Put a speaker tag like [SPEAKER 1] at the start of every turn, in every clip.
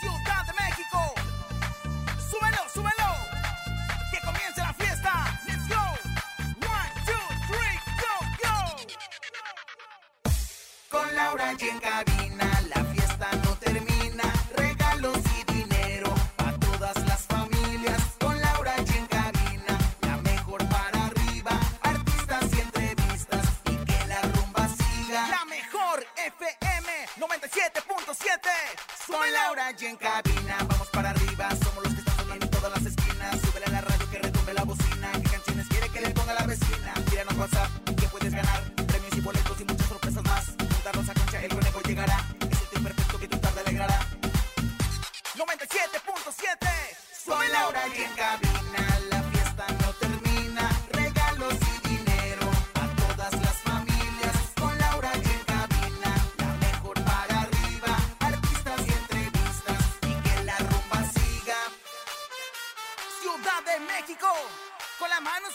[SPEAKER 1] Ciudad de México, súbelo, súbelo. Que comience la fiesta. Let's go. One, two, three, go, go. Con Laura y en cabina, la fiesta no termina. Regalos y dinero a todas las familias. Con Laura y en cabina, la mejor para arriba. Artistas y entrevistas y que la rumba siga. La mejor FM 97.7. Con Laura y en cabina, vamos para arriba. Somos los que están sonando en todas las esquinas. Súbele a la radio que retumbe la bocina. ¿Qué canciones quiere que le ponga la vecina? Tíranos WhatsApp que puedes ganar. Premios y boletos y muchas sorpresas más. Juntarnos a concha, el conejo llegará. Es el tiempo perfecto que tu tarde alegrará. 97.7 Soy Laura y en cabina La fiesta no termina Regalos y dinero A todas las familias Con Laura y en cabina La mejor para arriba Artistas y entrevistas Y que la rumba siga Ciudad de México Con las manos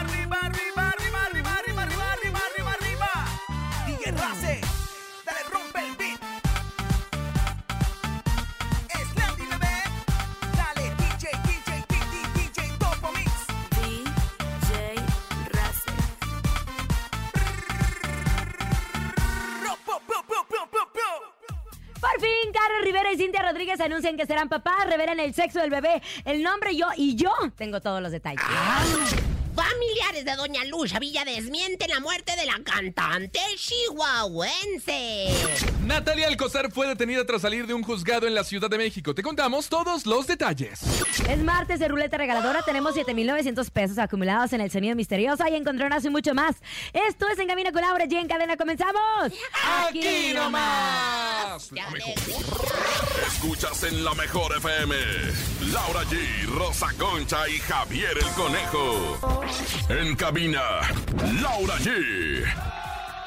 [SPEAKER 1] Arriba, arriba, arriba, arriba, arriba, arriba, arriba, arriba, arriba. DJ Race, dale rompe el beat. Slandy bebé, dale DJ, DJ, DJ, DJ, Topo Mix.
[SPEAKER 2] DJ Racer.
[SPEAKER 1] Ro, pu, pu, pu, pu, pu, pu.
[SPEAKER 2] Por fin, Carlos Rivera y Cintia Rodríguez anuncian que serán papás, revelan el sexo del bebé, el nombre yo y yo tengo todos los detalles.
[SPEAKER 3] Familiares de Doña Lucha Villa desmienten la muerte de la cantante chihuahuense.
[SPEAKER 4] Natalia Alcocer fue detenida tras salir de un juzgado en la Ciudad de México. Te contamos todos los detalles.
[SPEAKER 2] Es martes de ruleta regaladora, tenemos 7.900 pesos acumulados en el sonido misterioso y encontronas y mucho más. Esto es En Camino con Laura y en cadena comenzamos.
[SPEAKER 3] Ya
[SPEAKER 4] La
[SPEAKER 3] ves.
[SPEAKER 4] mejor.
[SPEAKER 5] Escuchas en la mejor FM. Laura G, Rosa Concha y Javier el Conejo. En cabina, Laura G.
[SPEAKER 2] Bienvenidos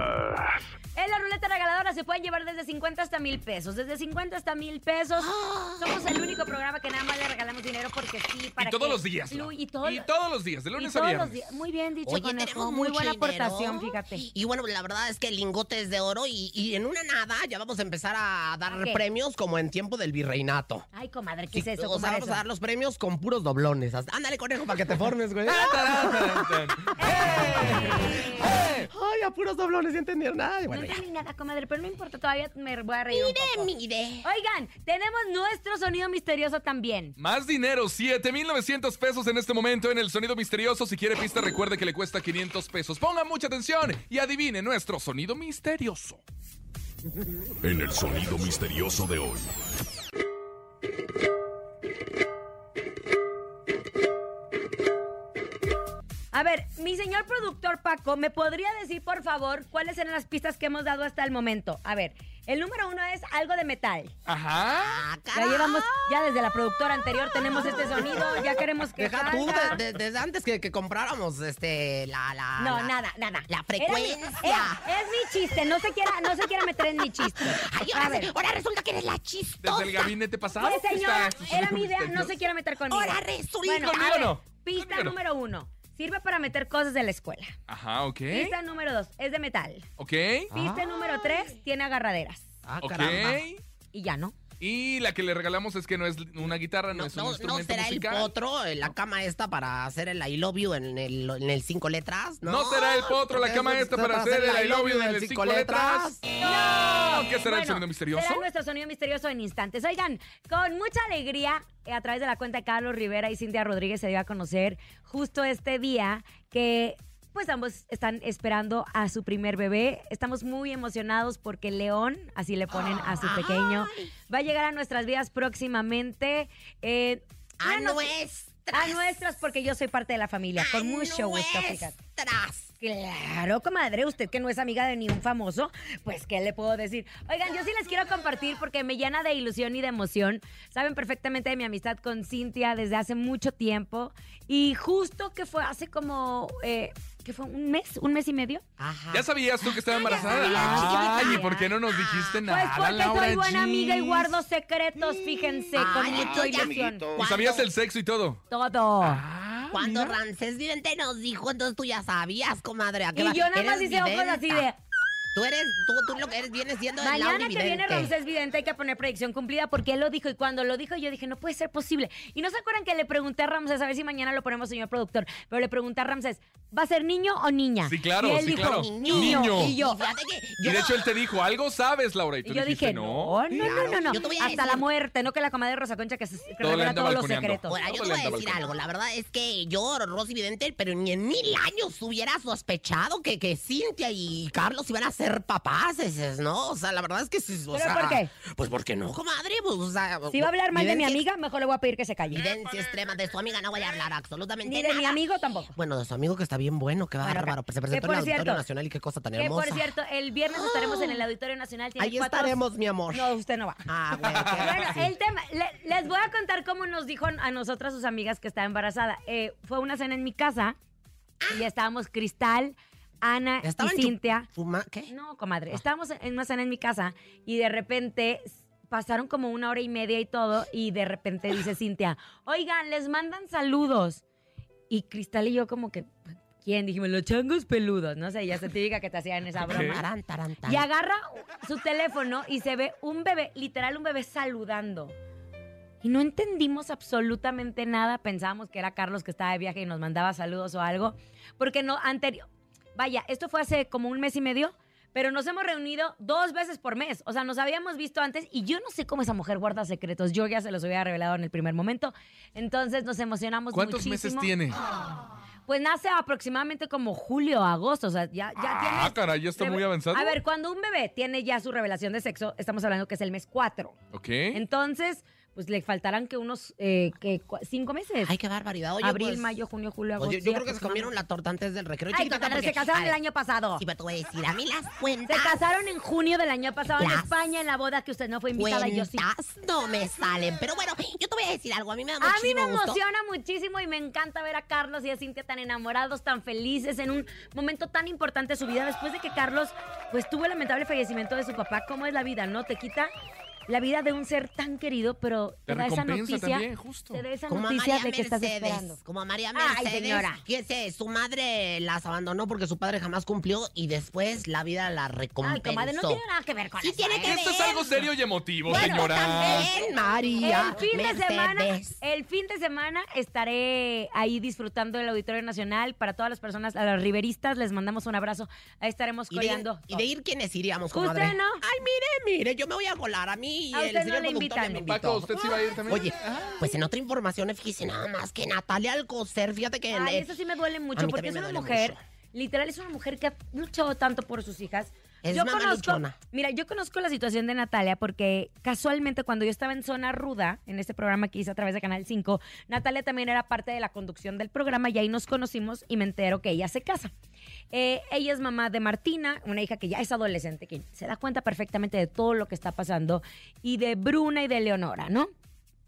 [SPEAKER 2] Es la ruleta regaladora ahora se pueden llevar desde 50 hasta mil pesos. Desde 50 hasta mil pesos. Somos el único programa que nada más le regalamos dinero porque sí, para
[SPEAKER 4] y todos
[SPEAKER 2] que
[SPEAKER 4] los días.
[SPEAKER 2] fluya,
[SPEAKER 4] Lau.
[SPEAKER 2] Y, todo-
[SPEAKER 4] Y todos los días, de
[SPEAKER 2] y
[SPEAKER 4] lunes a
[SPEAKER 2] todos
[SPEAKER 4] viernes.
[SPEAKER 2] los días. Muy bien dicho,
[SPEAKER 3] Oye,
[SPEAKER 2] Conejo.
[SPEAKER 3] tenemos
[SPEAKER 2] Muy
[SPEAKER 3] mucho
[SPEAKER 2] buena
[SPEAKER 3] dinero.
[SPEAKER 2] aportación, fíjate.
[SPEAKER 3] Y bueno, la verdad es que el lingote es de oro y, y en una nada ya vamos a empezar a dar
[SPEAKER 2] ¿A qué?
[SPEAKER 3] premios como en tiempo del virreinato.
[SPEAKER 2] Ay, comadre, ¿qué es
[SPEAKER 3] Sí,
[SPEAKER 2] eso?
[SPEAKER 3] o sea,
[SPEAKER 2] comadre,
[SPEAKER 3] vamos a dar
[SPEAKER 2] eso?
[SPEAKER 3] los premios con puros doblones. Hasta- Ándale, conejo, para que te formes, güey.
[SPEAKER 2] Ah, ah,
[SPEAKER 3] Ay, a puros doblones, ya entendieron nada. Y
[SPEAKER 2] No
[SPEAKER 3] Bueno, ya.
[SPEAKER 2] entendí nada, comadre, pero no importa, todavía me voy a reír. un poco.
[SPEAKER 3] Mire, mire.
[SPEAKER 2] Oigan, tenemos nuestro sonido misterioso también.
[SPEAKER 4] Más dinero, 7,900 pesos en este momento en el sonido misterioso. Si quiere pista, recuerde que le cuesta 500 pesos. Ponga mucha atención y adivine nuestro sonido misterioso.
[SPEAKER 5] En el sonido misterioso de hoy.
[SPEAKER 2] A ver, mi señor productor Paco, ¿me podría decir, por favor, cuáles eran las pistas que hemos dado hasta el momento? A ver, el número uno es algo de metal.
[SPEAKER 4] Ajá.
[SPEAKER 3] Ah,
[SPEAKER 2] Ya
[SPEAKER 3] caray.
[SPEAKER 2] llevamos, ya desde la productora anterior tenemos este sonido, ya queremos que
[SPEAKER 3] Deja tú,
[SPEAKER 2] salga.
[SPEAKER 3] de- de- desde antes que, que compráramos este, la, la...
[SPEAKER 2] No,
[SPEAKER 3] la-
[SPEAKER 2] nada, nada.
[SPEAKER 3] La
[SPEAKER 2] Era mi-
[SPEAKER 3] frecuencia.
[SPEAKER 2] eh, es mi chiste, no se quiera, no se quiera meter en mi chiste.
[SPEAKER 3] Ay,
[SPEAKER 2] A
[SPEAKER 3] ahora,
[SPEAKER 2] ver.
[SPEAKER 3] sí, ahora resulta que eres la chistosa.
[SPEAKER 4] Desde el gabinete pasado.
[SPEAKER 2] Pues señora,
[SPEAKER 4] está su
[SPEAKER 2] era
[SPEAKER 4] sonido
[SPEAKER 2] mi idea, no
[SPEAKER 4] misterioso.
[SPEAKER 2] se quiera meter conmigo.
[SPEAKER 3] Ahora resulta.
[SPEAKER 2] Bueno,
[SPEAKER 4] ¿Conmigo
[SPEAKER 2] a ver,
[SPEAKER 4] no?
[SPEAKER 2] pista
[SPEAKER 4] ¿Conmigo no?
[SPEAKER 2] número uno. Sirve para meter cosas de la escuela.
[SPEAKER 4] Ajá, ok.
[SPEAKER 2] Pista número dos, es de metal.
[SPEAKER 4] Ok.
[SPEAKER 2] Pista número tres, tiene agarraderas.
[SPEAKER 3] Ah,
[SPEAKER 4] Ok.
[SPEAKER 3] caramba.
[SPEAKER 2] Y ya no.
[SPEAKER 4] Y la que le regalamos es que no es una guitarra, no,
[SPEAKER 3] No,
[SPEAKER 4] es
[SPEAKER 3] no-
[SPEAKER 4] un
[SPEAKER 3] no
[SPEAKER 4] instrumento
[SPEAKER 3] será
[SPEAKER 4] musical.
[SPEAKER 3] el potro, eh, la cama esta para hacer el I love you en el, en el cinco letras. No,
[SPEAKER 4] No, será el potro, la cama esta para hacer el I love you del cinco letras. No. ¿Qué será el
[SPEAKER 2] Bueno,
[SPEAKER 4] sonido misterioso?
[SPEAKER 2] Será nuestro sonido misterioso en instantes. Oigan, con mucha alegría, eh, a través de la cuenta de Carlos Rivera y Cintia Rodríguez se dio a conocer justo este día que pues ambos están esperando a su primer bebé. Estamos muy emocionados porque León, así le ponen a su pequeño, va a llegar a nuestras vidas próximamente. Eh,
[SPEAKER 3] A
[SPEAKER 2] una noticia-
[SPEAKER 3] nuestras.
[SPEAKER 2] A nuestras, porque yo soy parte de la familia.
[SPEAKER 3] A
[SPEAKER 2] Ah, Con mucho gusto, fíjate.
[SPEAKER 3] nuestras.
[SPEAKER 2] Claro, comadre, usted que no es amiga de ni un famoso, pues ¿qué le puedo decir? Oigan, yo sí les quiero compartir porque me llena de ilusión y de emoción. Saben perfectamente de mi amistad con Cintia desde hace mucho tiempo y justo que fue hace como, eh, ¿qué fue? ¿Un mes? ¿Un mes y medio?
[SPEAKER 3] Ajá.
[SPEAKER 4] Ya sabías tú que estaba embarazada.
[SPEAKER 2] sabía,
[SPEAKER 4] Ay, ¿y
[SPEAKER 2] chiquita.
[SPEAKER 4] por qué no nos dijiste
[SPEAKER 2] Pues
[SPEAKER 4] nada,
[SPEAKER 2] porque
[SPEAKER 4] Laura
[SPEAKER 2] soy buena
[SPEAKER 4] G?
[SPEAKER 2] amiga y guardo secretos, fíjense, con
[SPEAKER 3] Ay,
[SPEAKER 2] mucha
[SPEAKER 3] ay,
[SPEAKER 2] ilusión.
[SPEAKER 3] amiguito. Ah,
[SPEAKER 4] ¿Y sabías el sexo y todo?
[SPEAKER 2] Todo.
[SPEAKER 4] Ah,
[SPEAKER 3] Cuando Ramsés Vidente nos dijo, entonces tú ya sabías, comadre. ¿a qué
[SPEAKER 2] y
[SPEAKER 3] va?
[SPEAKER 2] yo nada más
[SPEAKER 3] Eres
[SPEAKER 2] hice ojos así
[SPEAKER 3] videnta.
[SPEAKER 2] de...
[SPEAKER 3] Tú eres, tú, tú lo que eres, vienes siendo el
[SPEAKER 2] Mañana que viene
[SPEAKER 3] aurividente.
[SPEAKER 2] Ramsés Vidente hay que poner predicción cumplida porque él lo dijo y cuando lo dijo yo dije, no puede ser posible. Y no se acuerdan que le pregunté a Ramsés, a ver si mañana lo ponemos, señor productor, pero le pregunté a Ramsés, ¿va a ser niño o niña?
[SPEAKER 4] Sí, claro,
[SPEAKER 2] y él
[SPEAKER 4] sí,
[SPEAKER 2] dijo,
[SPEAKER 4] claro.
[SPEAKER 2] Niño.
[SPEAKER 4] Niño.
[SPEAKER 2] Y yo,
[SPEAKER 3] Fíjate que
[SPEAKER 4] Y
[SPEAKER 3] yo
[SPEAKER 4] de hecho él te dijo, algo sabes, Laura. Y tú
[SPEAKER 2] y yo
[SPEAKER 4] dijiste,
[SPEAKER 2] dije, no, no, no, no, no.
[SPEAKER 3] Yo te voy a
[SPEAKER 2] Hasta la
[SPEAKER 3] decir-
[SPEAKER 2] muerte, no que la comadre Rosa Concha que, se, que
[SPEAKER 4] Todo le
[SPEAKER 2] revela
[SPEAKER 4] anda
[SPEAKER 2] todos los
[SPEAKER 4] balconeando.
[SPEAKER 2] secretos.
[SPEAKER 3] Ahora, yo
[SPEAKER 4] Todo
[SPEAKER 3] te
[SPEAKER 4] le
[SPEAKER 3] voy a
[SPEAKER 4] anda
[SPEAKER 3] decir
[SPEAKER 4] balconeando.
[SPEAKER 3] algo. La verdad es que yo, Rosy Vidente, pero ni en mil años hubiera sospechado que, que Cintia y Carlos iban a ser papás, ese, ¿no? O sea, la verdad es que sí. o
[SPEAKER 2] ¿Pero
[SPEAKER 3] sea,
[SPEAKER 2] por qué?
[SPEAKER 3] Pues porque no, comadre. Pues, o sea,
[SPEAKER 2] Si va a hablar mal de mi
[SPEAKER 3] evidencia-
[SPEAKER 2] amiga, mejor le voy a pedir que se calle.
[SPEAKER 3] Evidencia extrema de su amiga, no voy a hablar absolutamente
[SPEAKER 2] Ni de mi
[SPEAKER 3] nada.
[SPEAKER 2] amigo tampoco.
[SPEAKER 3] Bueno, de su amigo que está bien bueno, que
[SPEAKER 2] Bueno,
[SPEAKER 3] bárbaro. Pues se
[SPEAKER 2] que
[SPEAKER 3] presentó en
[SPEAKER 2] por
[SPEAKER 3] el Auditorio
[SPEAKER 2] cierto-
[SPEAKER 3] Nacional y qué cosa tan
[SPEAKER 2] Que por
[SPEAKER 3] hermosa.
[SPEAKER 2] cierto, el viernes estaremos en el Auditorio Nacional. tiene
[SPEAKER 3] Ahí
[SPEAKER 2] cuatro-
[SPEAKER 3] estaremos, mi amor.
[SPEAKER 2] No, usted no va.
[SPEAKER 3] Ah, güey, qué
[SPEAKER 2] Bueno,
[SPEAKER 3] asco.
[SPEAKER 2] el tema, le- les voy a contar cómo nos dijo a nosotras sus amigas que estaba embarazada. Eh, fue una cena en mi casa y estábamos Cristal, Ana
[SPEAKER 3] Estaban
[SPEAKER 2] y
[SPEAKER 3] chu-
[SPEAKER 2] Cintia.
[SPEAKER 3] Fuma- ¿Qué?
[SPEAKER 2] No, comadre, estábamos en una cena en mi casa y de repente s- pasaron como una hora y media y todo y de repente dice Cintia, oigan, les mandan saludos. Y Cristal y yo como que, ¿quién? Dijimos, los changos peludos, no sé, ya se típica que te hacían esa broma.
[SPEAKER 3] Tarán, tarán, tarán.
[SPEAKER 2] Y agarra su teléfono y se ve un bebé, literal un bebé saludando. Y no entendimos absolutamente nada. Pensábamos que era Carlos que estaba de viaje y nos mandaba saludos o algo. Porque no, anterior. Vaya, esto fue hace como un mes y medio, pero nos hemos reunido dos veces por mes. O sea, nos habíamos visto antes y yo no sé cómo esa mujer guarda secretos. Yo ya se los hubiera revelado en el primer momento. Entonces nos emocionamos
[SPEAKER 4] ¿Cuántos meses
[SPEAKER 2] muchísimo.
[SPEAKER 4] tiene?
[SPEAKER 2] Pues nace aproximadamente como julio, agosto. O sea, ya, ya
[SPEAKER 4] ah,
[SPEAKER 2] tienes-
[SPEAKER 4] caray, ya está muy
[SPEAKER 2] Reve-
[SPEAKER 4] avanzado.
[SPEAKER 2] A ver, cuando un bebé tiene ya su revelación de sexo, estamos hablando que es el mes 4.
[SPEAKER 4] Ok.
[SPEAKER 2] Entonces, pues le faltarán que unos eh, que cua- cinco meses.
[SPEAKER 3] Ay, qué barbaridad. Oye,
[SPEAKER 2] Abril,
[SPEAKER 3] pues,
[SPEAKER 2] mayo, junio, julio,
[SPEAKER 3] pues
[SPEAKER 2] agosto.
[SPEAKER 3] yo, yo
[SPEAKER 2] sí,
[SPEAKER 3] creo que se comieron la torta antes del recreo.
[SPEAKER 2] Ay,
[SPEAKER 3] chiquita,
[SPEAKER 2] que
[SPEAKER 3] porque-
[SPEAKER 2] se casaron
[SPEAKER 3] a
[SPEAKER 2] el
[SPEAKER 3] ver,
[SPEAKER 2] año pasado.
[SPEAKER 3] Sí, pero te voy a decir, a mí las
[SPEAKER 2] Se
[SPEAKER 3] cuentas.
[SPEAKER 2] casaron en junio del año pasado en
[SPEAKER 3] Las
[SPEAKER 2] España en la boda que usted no fue invitada y yo sí.
[SPEAKER 3] cuentas no me salen. Pero bueno, yo te voy a decir algo. A mí me
[SPEAKER 2] A
[SPEAKER 3] da muchísimo
[SPEAKER 2] mí me
[SPEAKER 3] gusto.
[SPEAKER 2] emociona muchísimo y me encanta ver a Carlos y a Cintia tan enamorados, tan felices, en un momento tan importante de su vida. Después de que Carlos, pues tuvo el lamentable fallecimiento de su papá, ¿cómo es la vida? ¿No? Te quita la vida de un ser tan querido, pero te,
[SPEAKER 4] Te
[SPEAKER 2] da esa
[SPEAKER 4] recompensa
[SPEAKER 2] noticia.
[SPEAKER 4] también, justo.
[SPEAKER 2] Te da esa
[SPEAKER 3] Como a
[SPEAKER 2] noticia
[SPEAKER 3] María
[SPEAKER 2] de que estás esperando.
[SPEAKER 3] Mercedes. Como a
[SPEAKER 2] Ay,
[SPEAKER 3] María Mercedes.
[SPEAKER 2] señora.
[SPEAKER 3] Que se- su madre las abandonó porque su padre jamás cumplió y después la vida la recompensó.
[SPEAKER 2] Ay, comadre, Ah, no tiene nada que ver con
[SPEAKER 3] Sí
[SPEAKER 2] eso.
[SPEAKER 3] tiene
[SPEAKER 2] ¿eh?
[SPEAKER 3] que
[SPEAKER 4] Esto es
[SPEAKER 3] ver.
[SPEAKER 4] algo serio y emotivo,
[SPEAKER 3] Bueno,
[SPEAKER 4] señora.
[SPEAKER 3] también, María.
[SPEAKER 2] El fin de semana,
[SPEAKER 3] Mercedes.
[SPEAKER 2] el fin de semana estaré ahí disfrutando del Auditorio Nacional. Para todas las personas, a los riveristas, les mandamos un abrazo. Ahí estaremos
[SPEAKER 3] Y de,
[SPEAKER 2] coreando.
[SPEAKER 3] ir- y de ir, ¿quiénes iríamos,
[SPEAKER 2] Usted
[SPEAKER 3] comadre?
[SPEAKER 2] no.
[SPEAKER 3] Ay, mire, mire, yo me voy a volar. A mí
[SPEAKER 2] A
[SPEAKER 3] el
[SPEAKER 2] usted no
[SPEAKER 3] señor
[SPEAKER 2] le
[SPEAKER 3] conductor ya
[SPEAKER 2] invitan.
[SPEAKER 3] me invitó.
[SPEAKER 4] Paco, ¿usted sí va a ir también?
[SPEAKER 3] Oye, pues en otra información, fíjese nada más que Natalia Alcocer, fíjate que...
[SPEAKER 2] Ay,
[SPEAKER 3] el-
[SPEAKER 2] eso sí me duele
[SPEAKER 3] a
[SPEAKER 2] mucho
[SPEAKER 3] mí
[SPEAKER 2] porque es
[SPEAKER 3] también
[SPEAKER 2] una
[SPEAKER 3] me duele
[SPEAKER 2] mujer,
[SPEAKER 3] mucho.
[SPEAKER 2] literal es una mujer que ha luchado tanto por sus hijas.
[SPEAKER 3] Es una
[SPEAKER 2] conozco,
[SPEAKER 3] maluchona.
[SPEAKER 2] mira, yo conozco la situación de Natalia porque casualmente cuando yo estaba en Zona Ruda, en este programa que hice a través de Canal 5, Natalia también era parte de la conducción del programa y ahí nos conocimos y me entero que ella se casa. Eh, ella es mamá de Martina, una hija que ya es adolescente, que se da cuenta perfectamente de todo lo que está pasando, y de Bruna y de Leonora, ¿no?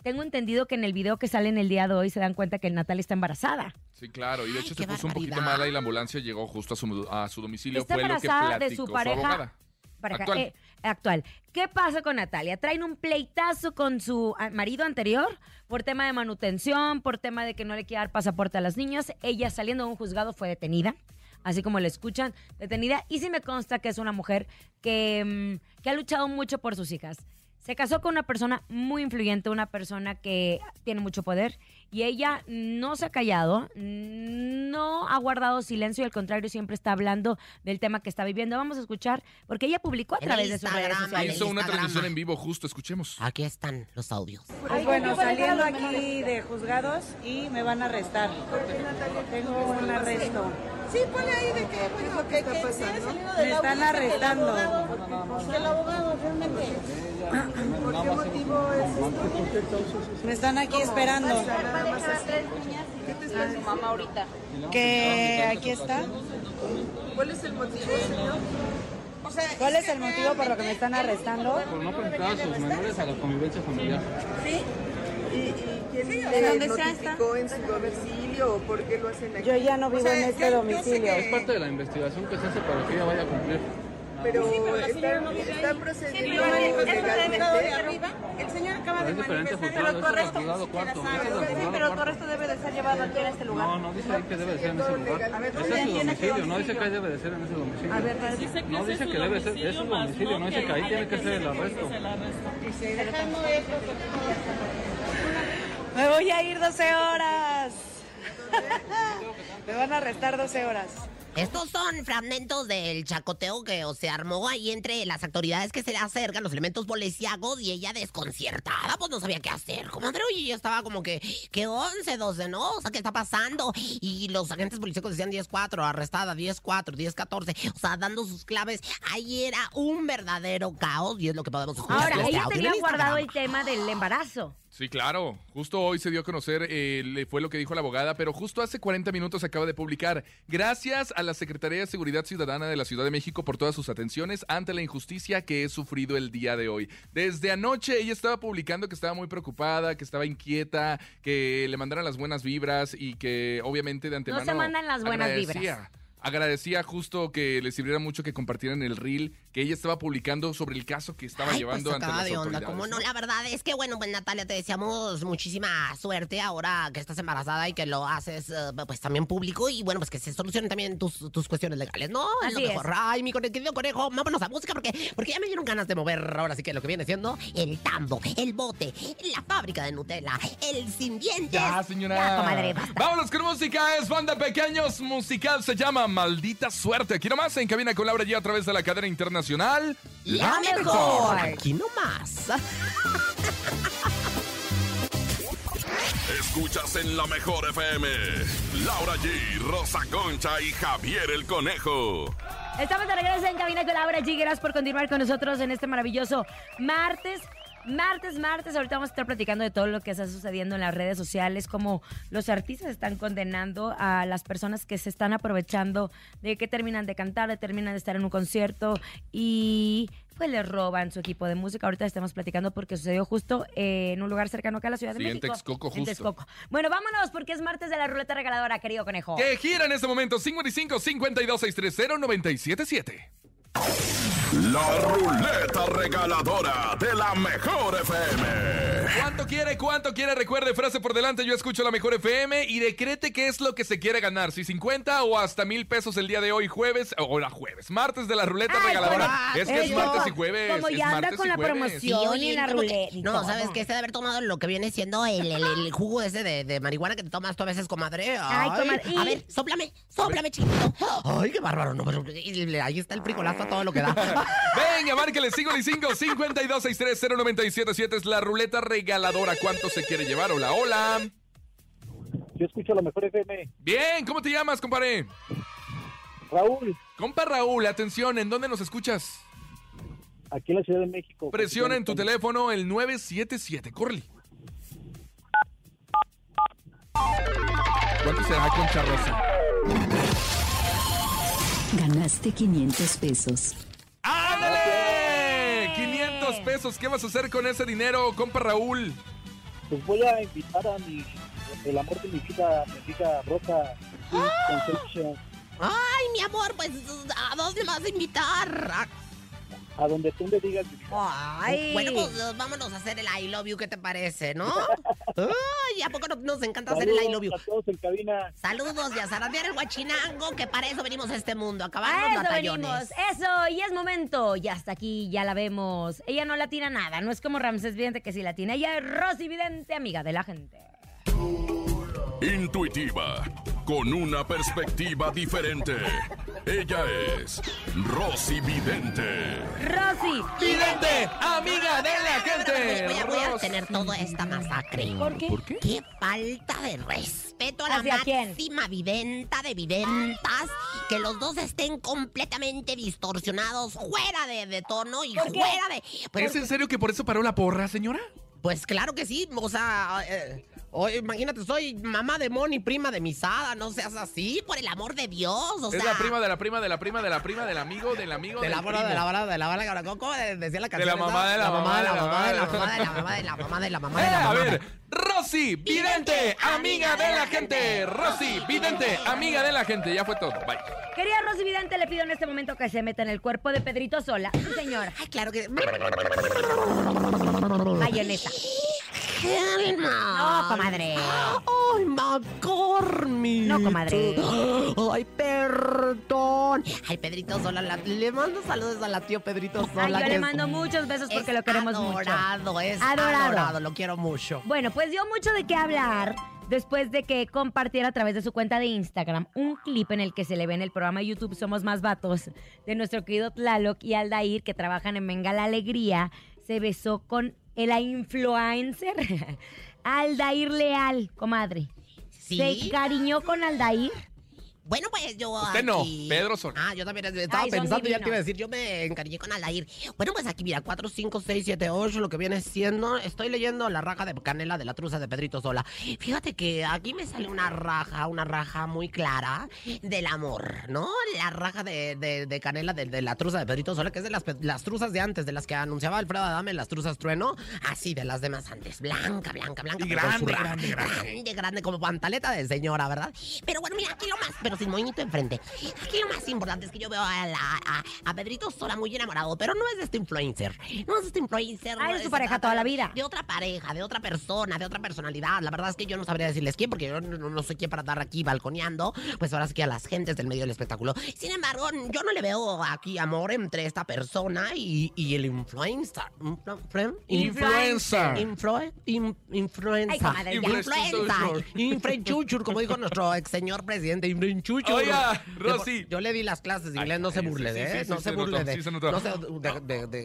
[SPEAKER 2] Tengo entendido que en el video que sale en el día de hoy se dan cuenta que Natalia está embarazada.
[SPEAKER 4] Sí, claro. Y de
[SPEAKER 3] Ay,
[SPEAKER 4] hecho
[SPEAKER 3] qué
[SPEAKER 4] se puso un poquito
[SPEAKER 3] barbaridad.
[SPEAKER 4] mala y la ambulancia llegó justo a su, a su domicilio.
[SPEAKER 2] Está
[SPEAKER 4] Fue lo que
[SPEAKER 2] embarazada
[SPEAKER 4] platicó
[SPEAKER 2] de su pareja.
[SPEAKER 4] abogada.
[SPEAKER 2] pareja,
[SPEAKER 4] Actual.
[SPEAKER 2] eh, actual. ¿Qué pasa con Natalia? Traen un pleitazo con su ah, marido anterior por tema de manutención, por tema de que no le quiere dar pasaporte a las niñas. Ella saliendo de un juzgado fue detenida, así como la escuchan, detenida. Y sí me consta que es una mujer que, mm, que ha luchado mucho por sus hijas. Se casó con una persona muy influyente, una persona que tiene mucho poder y ella no se ha callado, no ha guardado silencio y al contrario siempre está hablando del tema que está viviendo. Vamos a escuchar porque ella publicó a
[SPEAKER 3] En
[SPEAKER 2] través de sus
[SPEAKER 3] Instagram,
[SPEAKER 2] redes
[SPEAKER 3] en
[SPEAKER 2] sociales.
[SPEAKER 4] Hizo una
[SPEAKER 3] Instagram.
[SPEAKER 4] transmisión en vivo, justo, escuchemos.
[SPEAKER 6] Ah,
[SPEAKER 3] Aquí están los audios.
[SPEAKER 7] Pues bueno, saliendo aquí de juzgados y me van a arrestar. Tengo un arresto.
[SPEAKER 8] Sí, ponle ahí de que, bueno, que, que tiene salido de
[SPEAKER 7] Me están arrestando.
[SPEAKER 8] el abogado realmente. ¿Por qué motivo es esto?
[SPEAKER 7] Me están aquí esperando.
[SPEAKER 8] ¿Qué te está su mamá ahorita?
[SPEAKER 7] Que Eh, aquí está.
[SPEAKER 8] ¿Cuál es el motivo, señor? O sea,
[SPEAKER 7] ¿Cuál es el motivo por lo que me están arrestando?
[SPEAKER 8] ¿Sí? ¿Y, y quién le
[SPEAKER 7] ¿de dónde sea esta?
[SPEAKER 8] notificó en su domicilio o por qué lo hacen aquí?
[SPEAKER 7] Yo ya no
[SPEAKER 8] O
[SPEAKER 7] vivo
[SPEAKER 8] sea,
[SPEAKER 7] en este
[SPEAKER 8] yo- yo sé
[SPEAKER 7] domicilio.
[SPEAKER 8] que-
[SPEAKER 6] de la investigación que se hace para que ella vaya a cumplir.
[SPEAKER 8] Pero, están, están procediendo legalmente.
[SPEAKER 7] El señor acaba
[SPEAKER 6] Es diferente juzgado, es el juzgado cuarto. ese es el juzgado cuarto.
[SPEAKER 7] arresto debe de ser llevado aquí en este
[SPEAKER 6] No, no dice ahí que debe de ser en ese lugar. Está en su domicilio, no dice que ahí debe de ser en ese domicilio. No dice que debe ser, es su domicilio, no dice que ahí tiene que ser el arresto.
[SPEAKER 7] Me voy a ir 12 horas. Me van a arrestar 12 horas.
[SPEAKER 3] Estos son fragmentos del chacoteo que o, se armó ahí entre las autoridades que se le acercan, los elementos policíacos, y ella desconciertada, pues no sabía qué hacer. Comadre, oye, yo estaba como que, ¿qué 11, 12, no? O sea, ¿qué está pasando? Y los agentes policíacos decían 10-4, arrestada, 10-4, 10-14, o sea, dando sus claves. Ahí era un verdadero caos, y es lo que podemos escuchar. en
[SPEAKER 2] Ahora,
[SPEAKER 3] este
[SPEAKER 2] ella
[SPEAKER 3] audio
[SPEAKER 2] tenía
[SPEAKER 3] en
[SPEAKER 2] guardado el
[SPEAKER 3] Instagram.
[SPEAKER 2] tema del embarazo.
[SPEAKER 4] Sí, claro. Justo hoy se dio a conocer, eh, le- fue lo que dijo la abogada, pero justo hace 40 minutos acaba de publicar. Gracias a la Secretaría de Seguridad Ciudadana de la Ciudad de México por todas sus atenciones ante la injusticia que he sufrido el día de hoy. Desde anoche ella estaba publicando que estaba muy preocupada, que estaba inquieta, que le mandaran las buenas vibras y que obviamente de antemano.
[SPEAKER 2] se mandan las buenas
[SPEAKER 4] agradecía.
[SPEAKER 2] vibras.
[SPEAKER 4] Agradecía justo que les sirviera mucho que compartieran el reel que ella estaba publicando sobre el caso que estaba
[SPEAKER 3] Ay,
[SPEAKER 4] llevando
[SPEAKER 3] pues,
[SPEAKER 4] ante
[SPEAKER 3] sacada
[SPEAKER 4] las
[SPEAKER 3] de onda,
[SPEAKER 4] autoridades,
[SPEAKER 3] cómo no,
[SPEAKER 4] ¿no?
[SPEAKER 3] la verdad es que bueno, pues Natalia, te deseamos muchísima suerte ahora que estás embarazada y que lo haces eh, pues también público y bueno, pues que se solucionen también tus, tus cuestiones legales, ¿no? es lo
[SPEAKER 2] Así
[SPEAKER 3] mejor. Ay, mi cone- querido conejo, vámonos a música porque, porque ya me dieron ganas de mover ahora sí que lo que viene siendo el tambo, el bote, la fábrica de Nutella, el sin dientes.
[SPEAKER 4] Ya, Ah, señora.
[SPEAKER 3] Ya, comadre,
[SPEAKER 2] Ah.
[SPEAKER 3] basta.
[SPEAKER 4] Vámonos con música. Es banda Pequeños Musical. Se llama Maldita Suerte. Aquí nomás en cabina con Laura G a través de la cadena internacional.
[SPEAKER 3] La mejor. Aquí nomás.
[SPEAKER 5] Escuchas en la mejor FM. Laura G, Rosa Concha y Javier el Conejo.
[SPEAKER 2] Estamos de regreso en Cabina con Laura G. Gracias por continuar con nosotros en este maravilloso martes. Martes, martes, ahorita vamos a estar platicando de todo lo que está sucediendo en las redes sociales, cómo los artistas están condenando a las personas que se están aprovechando de que terminan de cantar, de terminan de estar en un concierto y pues les roban su equipo de música. Ahorita estamos platicando porque sucedió justo eh, en un lugar cercano acá a la Ciudad
[SPEAKER 4] Sí,
[SPEAKER 2] de
[SPEAKER 4] en
[SPEAKER 2] México.
[SPEAKER 4] Texcoco,
[SPEAKER 2] En
[SPEAKER 4] justo.
[SPEAKER 2] Texcoco. Bueno, vámonos porque es martes de la ruleta regaladora, querido conejo.
[SPEAKER 4] Que gira en este momento 55 52 630 977.
[SPEAKER 5] La ruleta regaladora de la mejor FM.
[SPEAKER 4] ¿Cuánto quiere? ¿Cuánto quiere? Recuerde, frase por delante, yo escucho la mejor FM y decrete qué es lo que se quiere ganar. Si 50 o hasta mil pesos el día de hoy, jueves, o la jueves, martes de la ruleta
[SPEAKER 2] Ay,
[SPEAKER 4] regaladora.
[SPEAKER 2] bueno,
[SPEAKER 4] es que es
[SPEAKER 2] eso.
[SPEAKER 4] martes y jueves.
[SPEAKER 2] Como
[SPEAKER 4] es
[SPEAKER 2] ya anda
[SPEAKER 4] martes
[SPEAKER 2] con
[SPEAKER 4] y
[SPEAKER 2] la
[SPEAKER 4] jueves.
[SPEAKER 2] promoción.
[SPEAKER 3] Sí, oye,
[SPEAKER 2] y la
[SPEAKER 3] como que-
[SPEAKER 2] ruleta y
[SPEAKER 3] No,
[SPEAKER 2] todo.
[SPEAKER 3] ¿sabes qué? Se de haber tomado lo que viene siendo el, el- el jugo ese de, de marihuana que te tomas tú a veces, comadre.
[SPEAKER 2] Ay, comadre, y-
[SPEAKER 3] A ver, sóplame, sóplame, chiquito. Ay, qué bárbaro. No, pero- y le- ahí está el frijolazo a todo lo que da.
[SPEAKER 4] Venga, márquele 55 52 630 977 es la ruleta regaladora. ¿Cuánto se quiere llevar? Hola, hola.
[SPEAKER 9] Yo escucho la mejor FM.
[SPEAKER 4] Bien, ¿cómo te llamas, compadre?
[SPEAKER 9] Raúl,
[SPEAKER 4] Compa Raúl, atención, ¿en dónde nos escuchas?
[SPEAKER 9] aquí en la Ciudad de México.
[SPEAKER 4] Presiona en tu teléfono el 977. Corre. ¿Cuánto será con Charrosa?
[SPEAKER 10] Ganaste 500 pesos.
[SPEAKER 4] ¡Ándale! 500 pesos. ¿Qué vas a hacer con ese dinero, compa Raúl?
[SPEAKER 9] Pues voy a invitar a mi, el amor de mi vida, mi amiga Rosa sí, Concepción,
[SPEAKER 3] Ay, mi amor, pues, ¿a dónde vas a invitar? A-
[SPEAKER 9] a donde tú me digas.
[SPEAKER 3] Ay. Bueno, pues eh, vámonos a hacer el I love you, ¿qué te parece, no? Ay, ¿a poco no- nos encanta hacer el I love you?
[SPEAKER 9] a todos en cabina.
[SPEAKER 3] Saludos y a zarandear el guachinango, que para eso venimos a este mundo, a acabar
[SPEAKER 2] A
[SPEAKER 3] los
[SPEAKER 2] Ah, eso
[SPEAKER 3] batallones.
[SPEAKER 2] venimos, eso, y es momento. Ya hasta aquí, ya la vemos. Ella no latina nada, no es como Ramses Vidente que sí latina. Ella es Rosy Vidente, amiga de la gente.
[SPEAKER 5] Intuitiva, con una perspectiva diferente. Ella es Rosy Vidente.
[SPEAKER 2] Rosy,
[SPEAKER 4] ¡Vidente! ¡Amiga de la
[SPEAKER 3] pues, Voy,
[SPEAKER 4] gente!
[SPEAKER 3] a- voy a tener toda esta masacre.
[SPEAKER 2] ¿por qué?
[SPEAKER 3] Qué falta de respeto a la
[SPEAKER 2] ¿Hacia quién?
[SPEAKER 3] máxima videnta de videntas. Que los dos estén completamente distorsionados, fuera de, de tono y
[SPEAKER 2] ¿Por qué?
[SPEAKER 3] fuera de.
[SPEAKER 4] ¿Es
[SPEAKER 3] Pues,
[SPEAKER 4] en serio que por eso paró la porra, señora?
[SPEAKER 3] pues claro que sí, o sea. eh, oh, imagínate, soy mamá de Moni, prima de Misada, no seas así, por el amor de Dios, o
[SPEAKER 4] es
[SPEAKER 3] sea.
[SPEAKER 4] la prima de la prima de la prima de la prima del amigo del amigo
[SPEAKER 3] De la
[SPEAKER 4] del
[SPEAKER 3] bola, de la
[SPEAKER 4] primo.
[SPEAKER 3] bola, de la bola, ¿cómo decía la canción?
[SPEAKER 4] la mamá,
[SPEAKER 3] esa?
[SPEAKER 4] de la mamá,
[SPEAKER 3] de la
[SPEAKER 4] de la
[SPEAKER 3] mamá, de la mamá,
[SPEAKER 4] mamá.
[SPEAKER 3] de la mamá, de la mamá, de la mamá,
[SPEAKER 4] Eh,
[SPEAKER 3] de la
[SPEAKER 4] a
[SPEAKER 3] mamá.
[SPEAKER 4] ver, Rosy Vidente, amiga de la gente. Rosy Vidente, amiga de la gente. Ya fue todo. Bye.
[SPEAKER 2] querida Rosy Vidente, le pido en este momento que se meta en el cuerpo de Pedrito Sola. Sí, señora.
[SPEAKER 3] Ay, claro que.
[SPEAKER 2] Mayonesa.
[SPEAKER 3] Helma.
[SPEAKER 2] No, comadre.
[SPEAKER 3] Ay, McCormick.
[SPEAKER 2] No, comadre.
[SPEAKER 3] Ay, perdón. Ay, Pedrito Sola, la- le mando saludos a la tío Pedrito Sola.
[SPEAKER 2] Ay, yo
[SPEAKER 3] que
[SPEAKER 2] le
[SPEAKER 3] es-
[SPEAKER 2] mando muchos besos porque
[SPEAKER 3] es
[SPEAKER 2] lo queremos mucho.
[SPEAKER 3] adorado, Es
[SPEAKER 2] Adorado.
[SPEAKER 3] adorado, lo quiero mucho.
[SPEAKER 2] Bueno, pues dio mucho de qué hablar después de que compartiera a través de su cuenta de Instagram un clip en el que se le ve en el programa de YouTube Somos Más Vatos de nuestro querido Tlaloc y Aldair que trabajan en Venga la Alegría. Se besó con la influencer Aldair Leal, comadre.
[SPEAKER 3] Sí.
[SPEAKER 2] Se cariñó con Aldair.
[SPEAKER 3] Bueno, pues yo.
[SPEAKER 4] Usted no,
[SPEAKER 3] aquí-
[SPEAKER 4] Pedro Sola.
[SPEAKER 3] Ah, yo también estaba
[SPEAKER 2] Ay, son
[SPEAKER 3] pensando, ya te iba a
[SPEAKER 2] divinos.
[SPEAKER 3] decir, yo me encariñé con Alair. Bueno, pues aquí, mira, 4, 5, 6, 7, 8, lo que viene siendo. Estoy leyendo la raja de canela de la truza de Pedrito Sola. Fíjate que aquí me sale una raja, una raja muy clara del amor, ¿no? La raja de, de- de canela de, de la truza de Pedrito Sola, que es de las, pe- las truzas de antes, de las que anunciaba Alfredo Adame, las truzas trueno, así de las demás antes. Blanca, blanca, blanca.
[SPEAKER 4] Y
[SPEAKER 3] pero con su
[SPEAKER 4] grande,
[SPEAKER 3] raja.
[SPEAKER 4] grande, grande.
[SPEAKER 3] Grande, grande, como pantaleta de señora, ¿verdad? Pero bueno, mira, aquí lo más, pero sin moñito enfrente. Aquí lo más importante es que yo veo a, la- a- a Pedrito Sola muy enamorado, pero no es de este influencer. No es de este influencer.
[SPEAKER 2] Ah,
[SPEAKER 3] no
[SPEAKER 2] es su
[SPEAKER 3] se
[SPEAKER 2] pareja
[SPEAKER 3] trata
[SPEAKER 2] toda
[SPEAKER 3] de-
[SPEAKER 2] la vida.
[SPEAKER 3] De otra pareja, de otra persona, de otra personalidad. La verdad es que yo no sabría decirles quién, porque yo no, no sé quién para andar aquí balconeando, pues ahora sí que a las gentes del medio del espectáculo. Sin embargo, yo no le veo aquí amor entre esta persona y, y el influencer. Influ-
[SPEAKER 4] Influencer.
[SPEAKER 3] Influ- in- influenza.
[SPEAKER 2] Ay, comadre, ya.
[SPEAKER 3] influenza. Infrachuchur, como dijo nuestro ex señor presidente. infra- chucho.
[SPEAKER 4] Oiga,
[SPEAKER 3] Ro-
[SPEAKER 4] Rosy.
[SPEAKER 3] Yo, yo le di las clases de inglés, no se
[SPEAKER 4] sí,
[SPEAKER 3] burle
[SPEAKER 4] sí,
[SPEAKER 3] de,
[SPEAKER 4] sí,
[SPEAKER 3] ¿eh?
[SPEAKER 4] sí,
[SPEAKER 3] No
[SPEAKER 4] sí,
[SPEAKER 3] se
[SPEAKER 4] se
[SPEAKER 3] burle
[SPEAKER 4] notó,
[SPEAKER 3] de.
[SPEAKER 4] sí, se notó.
[SPEAKER 3] No se. de- de- de-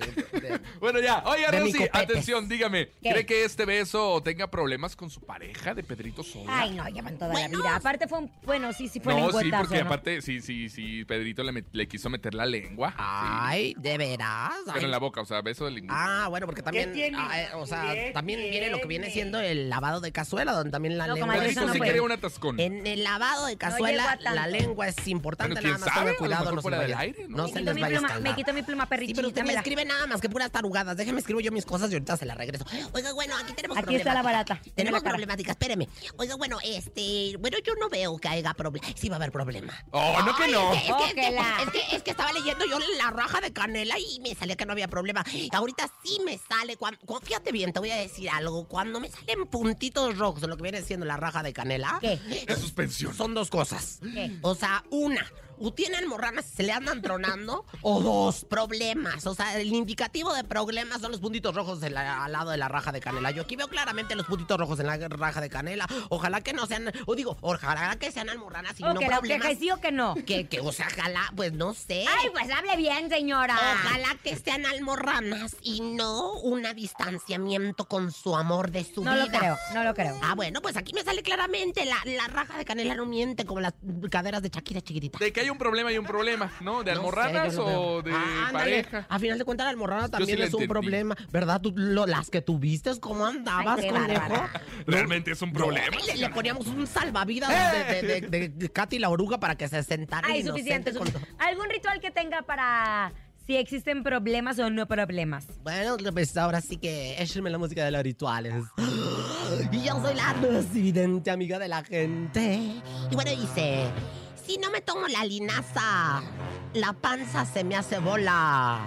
[SPEAKER 3] de-
[SPEAKER 4] Bueno, ya. Oiga,
[SPEAKER 3] De mi
[SPEAKER 4] Rosy,
[SPEAKER 3] copete.
[SPEAKER 4] atención, dígame.
[SPEAKER 2] ¿Qué?
[SPEAKER 4] ¿Cree que este beso tenga problemas con su pareja de Pedrito Sola?
[SPEAKER 2] Ay, no, llevan toda la vida. Aparte fue un. Bueno, sí, sí fue un
[SPEAKER 4] No, sí,
[SPEAKER 2] lengüetazo,
[SPEAKER 4] porque
[SPEAKER 2] ¿no?
[SPEAKER 4] aparte, sí, sí, sí, Pedrito le, met- le quiso meter la lengua.
[SPEAKER 3] Ay, de veras.
[SPEAKER 4] Pero en la boca, o sea, beso de lengua.
[SPEAKER 3] Ah, bueno, porque también. ah, eh, o sea, también viene lo que viene siendo el lavado de cazuela, donde también la
[SPEAKER 4] No,
[SPEAKER 3] lengua.
[SPEAKER 4] comadre, eso Pedrito no sí puede. quería un atascón.
[SPEAKER 3] En el lavado de
[SPEAKER 2] llego a
[SPEAKER 3] cazuela,
[SPEAKER 2] tanto.
[SPEAKER 3] la lengua es importante.
[SPEAKER 4] Bueno, quién
[SPEAKER 3] nada más tenga
[SPEAKER 4] sabe, a lo
[SPEAKER 3] cuidado,
[SPEAKER 4] mejor
[SPEAKER 3] no se
[SPEAKER 4] fuera del
[SPEAKER 3] vaya-
[SPEAKER 4] aire, ¿no?
[SPEAKER 3] No
[SPEAKER 4] Me
[SPEAKER 3] se
[SPEAKER 4] quito
[SPEAKER 3] les
[SPEAKER 4] mi
[SPEAKER 3] vaya a
[SPEAKER 4] pluma,
[SPEAKER 3] escalar.
[SPEAKER 2] Me quito mi pluma
[SPEAKER 3] Sí,
[SPEAKER 2] perrichita.
[SPEAKER 3] pero usted me
[SPEAKER 2] mira.
[SPEAKER 3] escribe nada más que puras tarugadas. Déjeme escribo yo mis cosas y ahorita se las regreso. Oiga, bueno, aquí tenemos
[SPEAKER 2] Aquí está la
[SPEAKER 3] problemática.
[SPEAKER 2] barata.
[SPEAKER 3] Tenemos
[SPEAKER 2] Mira la cara.
[SPEAKER 3] problemática, espéreme. Oiga, bueno, este... Bueno, yo no veo que haya problema. Sí va a haber problema.
[SPEAKER 4] Oh, no que
[SPEAKER 3] Ay,
[SPEAKER 4] no.
[SPEAKER 3] Es que, es, que, es, que,
[SPEAKER 2] Óquela.
[SPEAKER 3] es que- es que estaba leyendo yo la raja de canela y me salía que no había problema. Ahorita sí me sale. cuan- cuan- fíjate bien, te voy a decir algo. Cuando me salen puntitos rojos, lo que viene siendo la raja de canela,
[SPEAKER 4] La suspensión.
[SPEAKER 3] son dos cosas.
[SPEAKER 2] ¿Qué?
[SPEAKER 3] O sea, una, o tienen morranas y se le andan tronando, o dos, problemas. O sea, el indicativo de problemas son los puntitos rojos de la- al lado de la raja de canela. Yo aquí veo claramente los puntitos rojos en la raja de canela. Ojalá que no sean, o digo, ojalá que sean almorranas y
[SPEAKER 2] O
[SPEAKER 3] no
[SPEAKER 2] que la
[SPEAKER 3] problemas.
[SPEAKER 2] queje sí o que no.
[SPEAKER 3] Que, que, o sea, ojalá, pues no sé.
[SPEAKER 2] Ay, pues hable bien, señora.
[SPEAKER 3] Ojalá que sean almorranas y no un distanciamiento con su amor de su
[SPEAKER 2] No
[SPEAKER 3] vida.
[SPEAKER 2] lo creo, no lo creo.
[SPEAKER 3] Ah, bueno, pues aquí me sale claramente la, la raja de canela no miente como las caderas de Shakira chiquitita.
[SPEAKER 4] De que hay un problema, hay un problema, ¿no? ¿De
[SPEAKER 3] No
[SPEAKER 4] almorranas
[SPEAKER 3] sé, yo lo veo.
[SPEAKER 4] o de
[SPEAKER 3] Ah, ándale.
[SPEAKER 4] pareja?
[SPEAKER 3] A final de cuentas, la almorrana
[SPEAKER 4] sí
[SPEAKER 3] también
[SPEAKER 4] la
[SPEAKER 3] es un
[SPEAKER 4] entendí.
[SPEAKER 3] problema. ¿Verdad? Tú, lo- las que tuviste, ¿cómo andabas,
[SPEAKER 2] Ay, qué
[SPEAKER 3] conejo?
[SPEAKER 2] bárbara.
[SPEAKER 4] Realmente es un problema.
[SPEAKER 3] Le, le poníamos un salvavidas de, de, de- de- de Katy la oruga para que se sentara
[SPEAKER 2] Ay,
[SPEAKER 3] inocente
[SPEAKER 2] suficiente.
[SPEAKER 3] con
[SPEAKER 2] suficiente. ¿Algún ritual que tenga para si existen problemas o no problemas?
[SPEAKER 3] Bueno, pues ahora sí que échenme la música de los rituales. Y yo soy la residente amiga de la gente. Y bueno, dice, si no me tomo la linaza, la panza se me hace bola.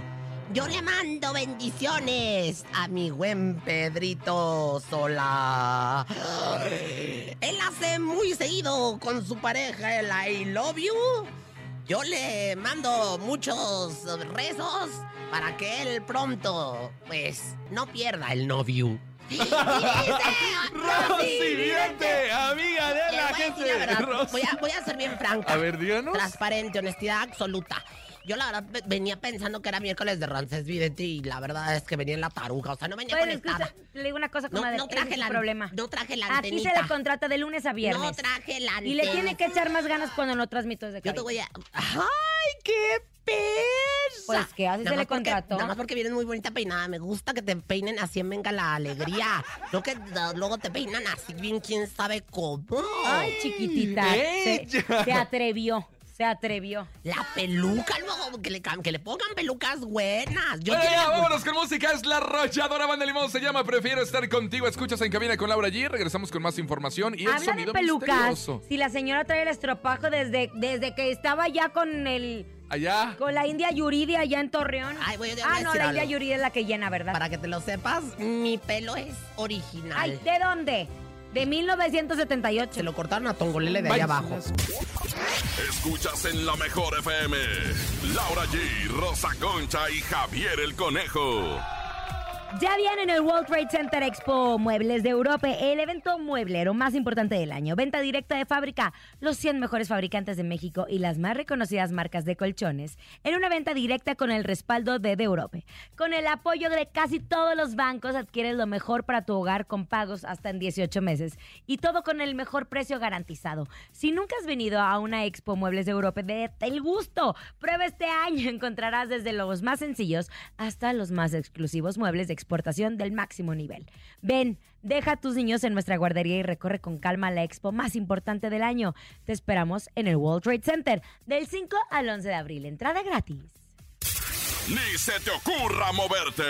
[SPEAKER 3] Yo le mando bendiciones a mi buen Pedrito Sola. Él hace muy seguido con su pareja el I love you. Yo le mando muchos rezos para que él pronto, pues, no pierda el novio. Y dice,
[SPEAKER 4] Rosy Vidente, amiga de
[SPEAKER 3] Le
[SPEAKER 4] la
[SPEAKER 3] voy a decir la
[SPEAKER 4] gente.
[SPEAKER 3] verdad,
[SPEAKER 4] Rosy.
[SPEAKER 3] voy, a, voy a ser bien franca.
[SPEAKER 4] A ver, díganos.
[SPEAKER 3] Transparente, honestidad absoluta. Yo la verdad ve- venía pensando que era miércoles de Rancés Vidente y la verdad es que venía en la taruga, o sea, no venía
[SPEAKER 2] Bueno, es que
[SPEAKER 3] conectada.
[SPEAKER 2] usted- le digo una cosa,
[SPEAKER 3] No,
[SPEAKER 2] comadre.
[SPEAKER 3] no
[SPEAKER 2] ese es
[SPEAKER 3] traje
[SPEAKER 2] su
[SPEAKER 3] la
[SPEAKER 2] problema.
[SPEAKER 3] No traje la
[SPEAKER 2] Aquí
[SPEAKER 3] antenita.
[SPEAKER 2] se le contrata de lunes a viernes.
[SPEAKER 3] no traje la
[SPEAKER 2] y le
[SPEAKER 3] antenita.
[SPEAKER 2] tiene que echar más ganas cuando no transmito desde
[SPEAKER 3] Yo te
[SPEAKER 2] cabina.
[SPEAKER 3] voy a. ¡Ay, qué pesa!
[SPEAKER 2] Pues, ¿qué haces?
[SPEAKER 3] Nada
[SPEAKER 2] Se le
[SPEAKER 3] más porque-
[SPEAKER 2] contrató.
[SPEAKER 3] Nada más porque vienes muy bonita peinada. Me gusta que te peinen así en Venga la Alegría. no que da- luego te peinan así bien, quién sabe cómo.
[SPEAKER 2] Ay, chiquitita. Se,
[SPEAKER 4] ella.
[SPEAKER 2] se atrevió, se atrevió.
[SPEAKER 3] La peluca, luego que le, cam- que le pongan pelucas buenas. Yo
[SPEAKER 4] Bueno,
[SPEAKER 3] quiero-
[SPEAKER 4] ya, vámonos con música. Es la arrolladora Banda Limón. Se llama Prefiero estar contigo. Escuchas en cabina con Laura G. Regresamos con más información y el
[SPEAKER 2] Habla de
[SPEAKER 4] sonido
[SPEAKER 2] pelucas.
[SPEAKER 4] misterioso.
[SPEAKER 2] Si la señora trae el estropajo desde, desde que estaba ya con el
[SPEAKER 4] Allá.
[SPEAKER 2] con la India Yuridia allá en Torreón.
[SPEAKER 3] Ay, voy a- voy a
[SPEAKER 2] ah, no,
[SPEAKER 3] decir
[SPEAKER 2] la India
[SPEAKER 3] algo.
[SPEAKER 2] Yuridia es la que llena, ¿verdad?
[SPEAKER 3] Para que te lo sepas, mi pelo es original.
[SPEAKER 2] Ay, ¿de dónde? De 1978.
[SPEAKER 3] Se lo cortaron a Tongolele de allá
[SPEAKER 4] Vaya.
[SPEAKER 3] abajo.
[SPEAKER 5] Escuchas en la mejor FM. Laura G, Rosa Concha y Javier el Conejo.
[SPEAKER 2] Ya viene en el World Trade Center Expo Muebles de Europa, el evento mueblero más importante del año. Venta directa de fábrica, los 100 mejores fabricantes de México y las más reconocidas marcas de colchones en una venta directa con el respaldo de De Europe. Con el apoyo de casi todos los bancos adquieres lo mejor para tu hogar con pagos hasta en 18 meses y todo con el mejor precio garantizado. Si nunca has venido a una Expo Muebles de Europa, date el gusto. Prueba este año. Encontrarás desde los más sencillos hasta los más exclusivos muebles de exportación del máximo nivel. Ven, deja a tus niños en nuestra guardería y recorre con calma la expo más importante del año. Te esperamos en el World Trade Center del 5 al 11 de abril. Entrada gratis.
[SPEAKER 5] Ni se te ocurra moverte.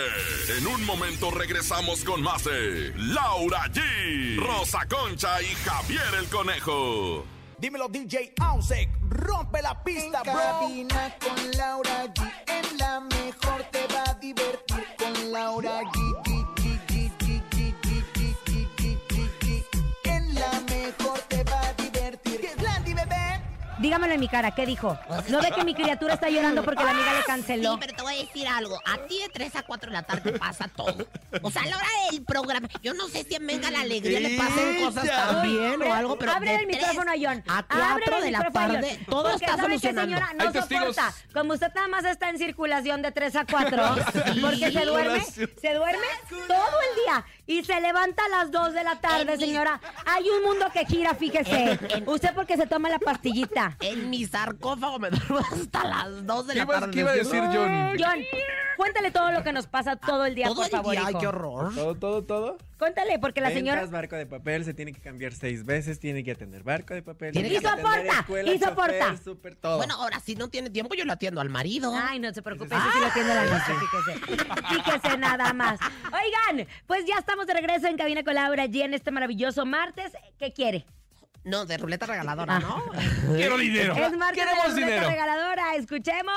[SPEAKER 5] En un momento regresamos con más de Laura G, Rosa Concha y Javier el Conejo.
[SPEAKER 11] Dímelo, DJ Ausek. Rompe la pista,
[SPEAKER 1] En
[SPEAKER 11] bro.
[SPEAKER 1] cabina con Laura G. En la mejor te va a divertir con Laura G. G, G, G, G, G, G, G, G, G, G, G. En la mejor te va a divertir. Landy, bebé.
[SPEAKER 2] Dígamelo en mi cara, ¿qué dijo? ¿No ve que mi criatura está llorando porque la amiga le canceló?
[SPEAKER 3] ¡Ah! Sí, pero te voy a decir algo. A ti de 3 a 4 de la tarde pasa todo. O sea, a la hora del programa, yo no sé si en Venga la Alegría le pasen cosas
[SPEAKER 2] Hija.
[SPEAKER 3] también
[SPEAKER 2] Uy,
[SPEAKER 3] o algo, pero
[SPEAKER 2] ábrele
[SPEAKER 3] de
[SPEAKER 2] el
[SPEAKER 3] tres
[SPEAKER 2] micrófono a John.
[SPEAKER 3] A
[SPEAKER 2] Ábrele
[SPEAKER 3] 4
[SPEAKER 2] el
[SPEAKER 3] de la
[SPEAKER 2] micrófono a John.
[SPEAKER 3] tarde, todo
[SPEAKER 2] Porque ¿sabe
[SPEAKER 3] está
[SPEAKER 2] qué,
[SPEAKER 3] solucionando.
[SPEAKER 2] señora? No soporta. Como usted nada más está en circulación de 3 a 4, porque se duerme,
[SPEAKER 3] Circulación.
[SPEAKER 2] se duerme todo el día y se levanta a las 2 de la tarde, señora. Hay un mundo que gira, fíjese. Usted porque se toma la pastillita.
[SPEAKER 3] En mi sarcófago me duermo hasta las 2 de
[SPEAKER 4] ¿Qué
[SPEAKER 3] la
[SPEAKER 4] ibas-
[SPEAKER 3] tarde.
[SPEAKER 4] qué iba a decir, John?
[SPEAKER 2] John, cuéntale todo lo que nos pasa todo el día,
[SPEAKER 3] Todo
[SPEAKER 2] por
[SPEAKER 3] el
[SPEAKER 2] favor.
[SPEAKER 3] día, ay,
[SPEAKER 2] hijo.
[SPEAKER 3] qué horror.
[SPEAKER 12] Todo, todo, todo.
[SPEAKER 2] Cuéntale, porque la
[SPEAKER 12] Ventas,
[SPEAKER 2] señora...
[SPEAKER 12] barco de papel, se tiene que cambiar seis veces, tiene que atender barco de papel.
[SPEAKER 3] Tiene
[SPEAKER 12] tiene
[SPEAKER 3] que
[SPEAKER 12] que atender
[SPEAKER 3] soporta,
[SPEAKER 12] escuela,
[SPEAKER 3] y soporta.
[SPEAKER 12] chofer, súper, todo.
[SPEAKER 3] Bueno, ahora si no tiene tiempo, yo lo atiendo al marido.
[SPEAKER 2] Ay, no se preocupe, eso sí lo tiene la noche, fíjese. Fíjese nada más. Oigan, pues ya estamos de regreso en Cabina con Laura G en este maravilloso martes. ¿Qué quiere?
[SPEAKER 3] No, de ruleta
[SPEAKER 2] Ah.
[SPEAKER 3] regaladora, ¿no?
[SPEAKER 4] Quiero dinero.
[SPEAKER 2] Es martes de la
[SPEAKER 4] Queremos
[SPEAKER 2] ruleta
[SPEAKER 4] dinero.
[SPEAKER 2] regaladora. Escuchemos.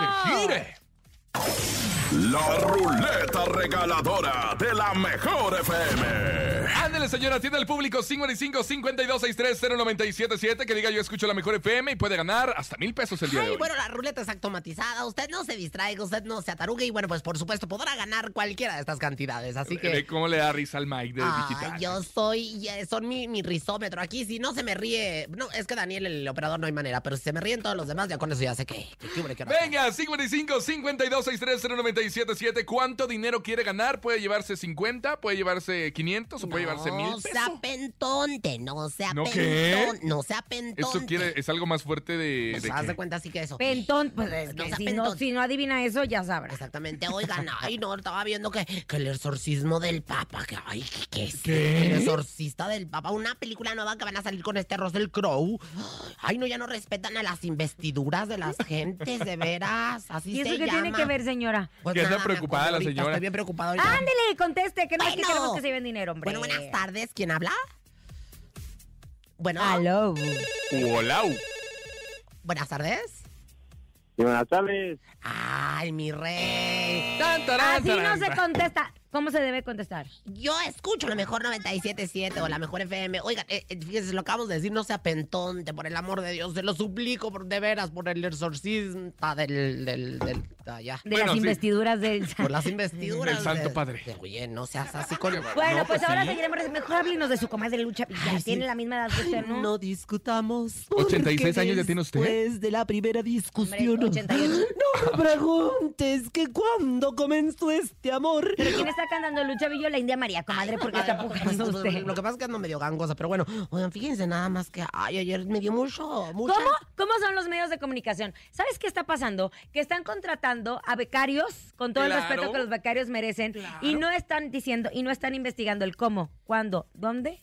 [SPEAKER 5] La ruleta regaladora de la mejor FM.
[SPEAKER 4] Ándale, señora, tiene el público 55 52 63 0977 que diga yo escucho la mejor FM y puede ganar hasta mil pesos el día de
[SPEAKER 3] Ay,
[SPEAKER 4] hoy.
[SPEAKER 3] bueno, la ruleta es automatizada, usted no se distraiga, usted no se atarugue y bueno, pues por supuesto podrá ganar cualquiera de estas cantidades, así que...
[SPEAKER 4] Ve ¿Cómo le da risa al Mike de
[SPEAKER 3] Ah,
[SPEAKER 4] digital?
[SPEAKER 3] yo soy, ya- son mi, mi rizómetro aquí, si no se me ríe, no, es que Daniel, el operador, no hay manera, pero si se me ríen todos los demás, ya con eso ya sé que... que, qué hubo, qué hora.
[SPEAKER 4] Venga, 55 52 63 0977 ¿Cuánto dinero quiere ganar? Puede llevarse 50, puede llevarse 500 o puede llevarse mil
[SPEAKER 3] No
[SPEAKER 4] pesos.
[SPEAKER 3] sea pentonte, no sea
[SPEAKER 4] ¿No qué?
[SPEAKER 3] pentonte, no sea pentonte.
[SPEAKER 4] Eso quiere, es algo más fuerte de.
[SPEAKER 3] Pues,
[SPEAKER 4] de
[SPEAKER 3] haz
[SPEAKER 4] qué?
[SPEAKER 3] de cuenta así que eso.
[SPEAKER 2] Pentón, pues es
[SPEAKER 3] No
[SPEAKER 2] que
[SPEAKER 3] sea
[SPEAKER 2] si, no,
[SPEAKER 3] pentón.
[SPEAKER 2] si no adivina eso, ya sabrá.
[SPEAKER 3] Exactamente, oigan, ay, no, estaba viendo que, que el exorcismo del Papa, que, ay, que, que es
[SPEAKER 4] ¿Qué?
[SPEAKER 3] el exorcista del Papa, una película nueva que van a salir con este Russell Crowe. Ay, no, ya no respetan a las investiduras de las gentes, de veras, así
[SPEAKER 2] ¿Y eso
[SPEAKER 3] se
[SPEAKER 2] qué tiene
[SPEAKER 3] llama.
[SPEAKER 2] que ver, señora?
[SPEAKER 3] Pues
[SPEAKER 4] ¿Qué
[SPEAKER 3] nada,
[SPEAKER 4] está
[SPEAKER 3] me
[SPEAKER 4] preocupada
[SPEAKER 3] acordé
[SPEAKER 4] la
[SPEAKER 3] ahorita,
[SPEAKER 4] señora?
[SPEAKER 3] Estoy bien preocupada ahorita.
[SPEAKER 2] Ándele, conteste, que no es que
[SPEAKER 3] Bueno.
[SPEAKER 2] queremos que se lleven dinero, hombre.
[SPEAKER 3] Bueno, buenas tardes, ¿quién habla? Bueno,
[SPEAKER 2] Aló.
[SPEAKER 4] ¡Wow!
[SPEAKER 3] buenas tardes.
[SPEAKER 9] Y buenas tardes.
[SPEAKER 3] Ay, mi rey.
[SPEAKER 4] Tan, tarán,
[SPEAKER 2] Así no
[SPEAKER 4] tarán,
[SPEAKER 2] se
[SPEAKER 4] tarán.
[SPEAKER 2] contesta. ¿Cómo se debe contestar?
[SPEAKER 3] Yo escucho la mejor 97.7 o la mejor FM. Oigan, eh, eh, fíjense, lo acabamos de decir, no sea pentonte, por el amor de Dios. Se lo suplico, por, de veras, por el exorcista del... del, del allá.
[SPEAKER 2] De
[SPEAKER 4] Bueno,
[SPEAKER 2] las
[SPEAKER 4] sí.
[SPEAKER 2] investiduras del...
[SPEAKER 3] Por las investiduras.
[SPEAKER 4] Del Santo
[SPEAKER 3] de-
[SPEAKER 4] Padre.
[SPEAKER 3] de- oye, no seas así con...
[SPEAKER 2] Bueno,
[SPEAKER 4] No,
[SPEAKER 2] pues,
[SPEAKER 4] pues
[SPEAKER 2] ahora
[SPEAKER 4] sí.
[SPEAKER 2] seguiremos. Mejor háblenos de su comadre Lucha Villa.
[SPEAKER 3] Ay, sí.
[SPEAKER 2] Tiene la misma edad que usted, ¿no?
[SPEAKER 3] No discutamos.
[SPEAKER 4] 86
[SPEAKER 3] porque
[SPEAKER 4] años ya tiene usted.
[SPEAKER 3] Después de la primera discusión.
[SPEAKER 2] Hombre, 88.
[SPEAKER 3] No me preguntes que cuándo comenzó este amor.
[SPEAKER 2] ¿Pero quién está cantando Lucha Villa o la India María, comadre? Porque está
[SPEAKER 3] Pues,
[SPEAKER 2] pujando usted.
[SPEAKER 3] Lo que pasa es que ando medio gangosa, pero bueno, oigan, fíjense nada más que ay, ayer me dio mucho, mucho.
[SPEAKER 2] ¿Cómo? ¿Cómo son los medios de comunicación? ¿Sabes qué está pasando? Que están contratando a becarios con todo el
[SPEAKER 4] Claro.
[SPEAKER 2] respeto que los becarios merecen y no están diciendo y no están investigando el cómo, cuándo, dónde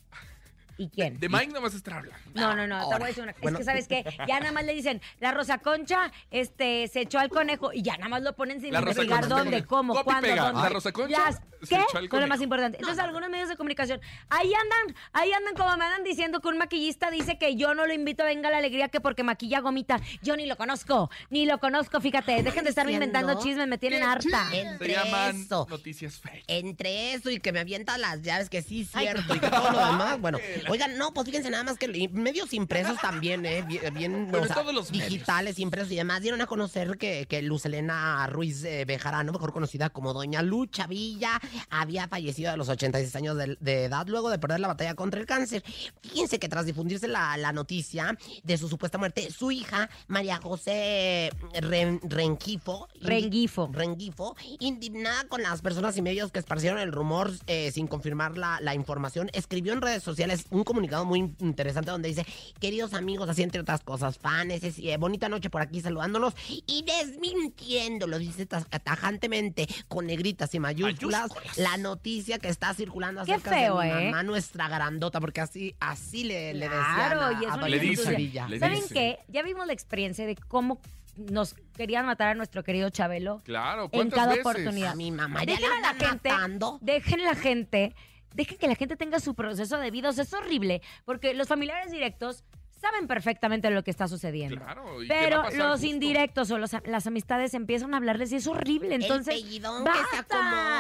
[SPEAKER 2] y quién.
[SPEAKER 4] De Mike nomás está hablando.
[SPEAKER 2] No, no, no, te voy a decir una cosa. Es que, ¿sabes qué? Ya nada más le dicen, la Rosa Concha este, se echó al conejo y ya nada más lo ponen sin
[SPEAKER 4] La Rosa
[SPEAKER 2] investigar
[SPEAKER 4] Concha se
[SPEAKER 2] dónde,
[SPEAKER 4] pone-
[SPEAKER 2] cómo,
[SPEAKER 4] copia y
[SPEAKER 2] cuándo,
[SPEAKER 4] pega.
[SPEAKER 2] dónde.
[SPEAKER 4] La Rosa Concha
[SPEAKER 2] Las- ¿Qué?
[SPEAKER 4] se echó al
[SPEAKER 2] Son lo más
[SPEAKER 4] conejo.
[SPEAKER 2] importante. Entonces, algunos medios de comunicación, ahí andan, ahí andan como me andan diciendo que un maquillista dice que yo no lo invito a Venga la Alegría que porque maquilla gomita. Yo ni lo conozco, ni lo conozco, fíjate. Dejen de estarme
[SPEAKER 3] diciendo?
[SPEAKER 2] inventando chismes, me tienen harta.
[SPEAKER 4] Se
[SPEAKER 3] Entre
[SPEAKER 4] llaman
[SPEAKER 3] eso, Eh,
[SPEAKER 4] noticias fake.
[SPEAKER 3] entre eso y que me avienta las llaves, que sí,
[SPEAKER 2] Ay,
[SPEAKER 3] cierto, y que todo lo demás. Bueno, oigan, no, pues fíjense nada más que y medios impresos también, ¿eh? Bien, bien,
[SPEAKER 4] Pero
[SPEAKER 3] o sea,
[SPEAKER 4] todos los medios.
[SPEAKER 3] digitales, impresos y demás, dieron a conocer que, que Luz Elena Ruiz eh, Bejarano, mejor conocida como Doña Lucha Villa, había fallecido a los 86 años de, de edad luego de perder la batalla contra el cáncer. Fíjense que tras difundirse la, la noticia de su supuesta muerte, su hija, María José Ren- Renquifo,
[SPEAKER 2] Renguifo.
[SPEAKER 3] Rengifo, indignada con las personas y medios que esparcieron el rumor eh, sin confirmar la, la información, escribió en redes sociales un comunicado muy in- interesante donde dice, queridos amigos, así entre otras cosas, fans, es- eh, bonita noche por aquí saludándonos y desmintiéndolo, dice ta- tajantemente, con negritas y mayúsculas,
[SPEAKER 4] Mayúsculas.
[SPEAKER 3] la noticia que está circulando
[SPEAKER 2] Qué
[SPEAKER 3] acerca
[SPEAKER 2] feo,
[SPEAKER 3] de mi
[SPEAKER 2] ¿eh?
[SPEAKER 3] mamá, nuestra grandota, porque así, así le, le
[SPEAKER 2] Claro,
[SPEAKER 3] decían a-
[SPEAKER 2] y es
[SPEAKER 3] a
[SPEAKER 2] una
[SPEAKER 3] doña
[SPEAKER 4] Le
[SPEAKER 3] Lucha
[SPEAKER 4] dicen,
[SPEAKER 3] Villa.
[SPEAKER 4] le
[SPEAKER 2] ¿Saben
[SPEAKER 4] dicen.
[SPEAKER 2] qué? Ya vimos la experiencia de cómo nos querían matar a nuestro querido Chabelo.
[SPEAKER 4] Claro,
[SPEAKER 2] en
[SPEAKER 4] ¿cuántas
[SPEAKER 2] cada
[SPEAKER 4] veces?
[SPEAKER 2] oportunidad.
[SPEAKER 3] A mi mamá ya
[SPEAKER 2] Dejen
[SPEAKER 3] la
[SPEAKER 2] a la
[SPEAKER 3] andan
[SPEAKER 2] gente,
[SPEAKER 3] matando.
[SPEAKER 2] dejen a la gente, dejen que la gente tenga su proceso de vida. O sea, es horrible, porque los familiares directos saben perfectamente lo que está sucediendo.
[SPEAKER 4] Claro, y que va
[SPEAKER 2] Pero
[SPEAKER 4] a pasar
[SPEAKER 2] los
[SPEAKER 4] justo.
[SPEAKER 2] indirectos o los- las amistades empiezan a hablarles y es horrible. Entonces,
[SPEAKER 3] pellidón que se
[SPEAKER 2] basta.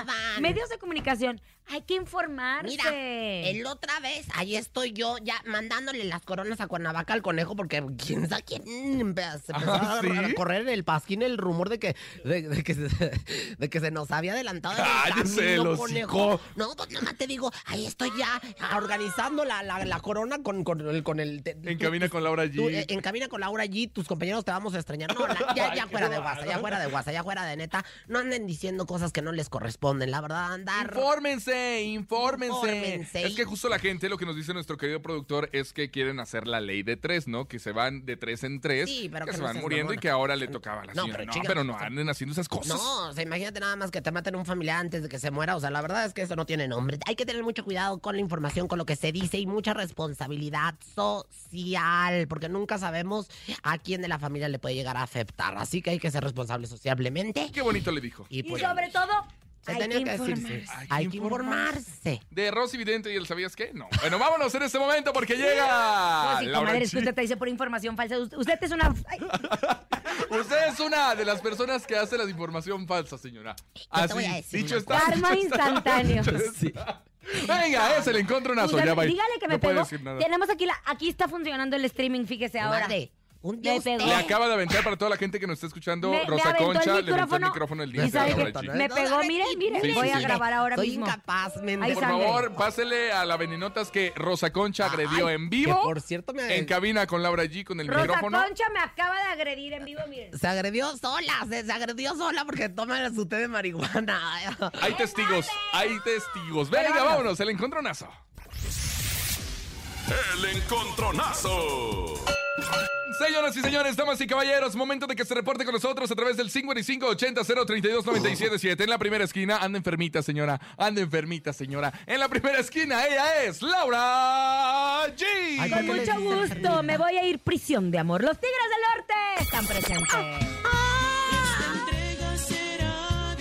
[SPEAKER 3] acomodan.
[SPEAKER 2] Medios de comunicación, Hay que informarse.
[SPEAKER 3] Mira, el otra vez, ahí estoy yo ya mandándole las coronas a Cuernavaca al conejo porque quién sabe quién empe- se empezó
[SPEAKER 1] Ah,
[SPEAKER 3] a,
[SPEAKER 1] ¿sí?
[SPEAKER 3] a correr en el pasquín el rumor de que, de, de que, se, de que se nos había adelantado. en el
[SPEAKER 1] Cállese,
[SPEAKER 3] camino,
[SPEAKER 1] el
[SPEAKER 3] conejo.
[SPEAKER 1] hocico.
[SPEAKER 3] No, pues nada más te digo, ahí estoy ya organizando la, la- la corona con, con el... Con el te- tú-
[SPEAKER 4] Encamina con Laura
[SPEAKER 3] tú,
[SPEAKER 4] G.
[SPEAKER 3] eh, encamina con Laura G, tus compañeros te vamos a extrañar. No, la- ya, ya
[SPEAKER 1] Ay,
[SPEAKER 3] fuera
[SPEAKER 1] qué
[SPEAKER 3] de guasa, ya
[SPEAKER 1] bárbaro.
[SPEAKER 3] fuera de guasa, ya fuera de neta. No anden diciendo cosas que no les corresponden, la verdad, andar.
[SPEAKER 4] Infórmense, infórmense.
[SPEAKER 3] Infórmense.
[SPEAKER 4] Es que justo la gente, lo que nos dice nuestro querido productor, es que quieren hacer la ley de tres, ¿no? Que se van de tres en tres,
[SPEAKER 3] Sí, pero
[SPEAKER 4] que,
[SPEAKER 3] que
[SPEAKER 4] se
[SPEAKER 3] no
[SPEAKER 4] van
[SPEAKER 3] seas
[SPEAKER 4] muriendo
[SPEAKER 3] mamona.
[SPEAKER 4] y que ahora le tocaba a la
[SPEAKER 3] No,
[SPEAKER 4] señora.
[SPEAKER 3] pero
[SPEAKER 4] No,
[SPEAKER 3] chinga,
[SPEAKER 4] pero no anden haciendo esas cosas.
[SPEAKER 3] No, o sea, imagínate nada más que te maten un familiar antes de que se muera. O sea, la verdad es que eso no tiene nombre. Hay que tener mucho cuidado con la información, con lo que se dice y mucha responsabilidad social, porque nunca sabemos a quién de la familia le puede llegar a afectar. Así que hay que ser responsable sociablemente.
[SPEAKER 4] Qué bonito le dijo.
[SPEAKER 3] Y,
[SPEAKER 2] Y
[SPEAKER 3] pues,
[SPEAKER 2] sobre todo,
[SPEAKER 3] se
[SPEAKER 2] hay
[SPEAKER 3] tenía
[SPEAKER 2] que
[SPEAKER 3] que
[SPEAKER 2] informarse.
[SPEAKER 3] decirse. Hay que informarse.
[SPEAKER 4] De Rosy Vidente y el ¿sabías qué? No. Bueno, vámonos en este momento porque llega.
[SPEAKER 2] No, sí,
[SPEAKER 4] Laura
[SPEAKER 2] comadre, es que
[SPEAKER 4] G.
[SPEAKER 2] usted te dice por información falsa. Usted, usted es una. ay,
[SPEAKER 4] Usted es una de las personas que hace la información falsa, señora. Así,
[SPEAKER 2] voy a decir
[SPEAKER 4] dicho
[SPEAKER 2] una
[SPEAKER 4] está.
[SPEAKER 2] cosa.
[SPEAKER 4] dicho
[SPEAKER 2] Karma
[SPEAKER 4] está.
[SPEAKER 2] instantáneo.
[SPEAKER 4] Sí. Venga, es el encontronazo.
[SPEAKER 2] Usted-
[SPEAKER 4] Ya va.
[SPEAKER 2] dígale que me
[SPEAKER 4] no puede
[SPEAKER 2] pegó.
[SPEAKER 4] decir nada.
[SPEAKER 2] Tenemos aquí la. Aquí está funcionando el streaming, fíjese ahora.
[SPEAKER 3] un
[SPEAKER 2] día usted-
[SPEAKER 4] Le acaba de aventar para toda la gente que nos está escuchando.
[SPEAKER 2] Me- me
[SPEAKER 4] Rosa
[SPEAKER 2] aventó el
[SPEAKER 4] Concha le aventó el
[SPEAKER 2] micrófono
[SPEAKER 4] micrófono el
[SPEAKER 2] y
[SPEAKER 4] día de
[SPEAKER 2] ¿sabe
[SPEAKER 4] Laura
[SPEAKER 2] qué?
[SPEAKER 4] G.
[SPEAKER 2] Me pegó, mire, mire.
[SPEAKER 4] Sí,
[SPEAKER 2] voy
[SPEAKER 4] sí,
[SPEAKER 2] a
[SPEAKER 4] sí.
[SPEAKER 2] grabar ahora
[SPEAKER 3] Soy
[SPEAKER 2] mismo.
[SPEAKER 3] incapaz, men.
[SPEAKER 2] Ahí
[SPEAKER 4] Por
[SPEAKER 2] sangre.
[SPEAKER 4] favor, pásele a la venenotas que Rosa Concha agredió en vivo.
[SPEAKER 3] que por cierto me-
[SPEAKER 4] En cabina con Laura G con el
[SPEAKER 2] Rosa
[SPEAKER 4] micrófono.
[SPEAKER 2] Concha me acaba de agredir en vivo, miren.
[SPEAKER 3] Se agredió sola, se, se agredió sola porque toma su té de marihuana.
[SPEAKER 4] Hay testigos, hay testigos. Venga,
[SPEAKER 3] Pero
[SPEAKER 4] vámonos, el encontronazo.
[SPEAKER 5] El encontronazo.
[SPEAKER 4] Señoras y señores, damas y caballeros, momento de que se reporte con nosotros a través del 5580-032-977. En la primera esquina, anda enfermita, señora. Anda enfermita, señora. En la primera esquina, ella es Laura G.
[SPEAKER 2] Con mucho gusto, me voy a ir prisión de amor. Los Tigres del Norte están presentes.
[SPEAKER 1] Esta entrega será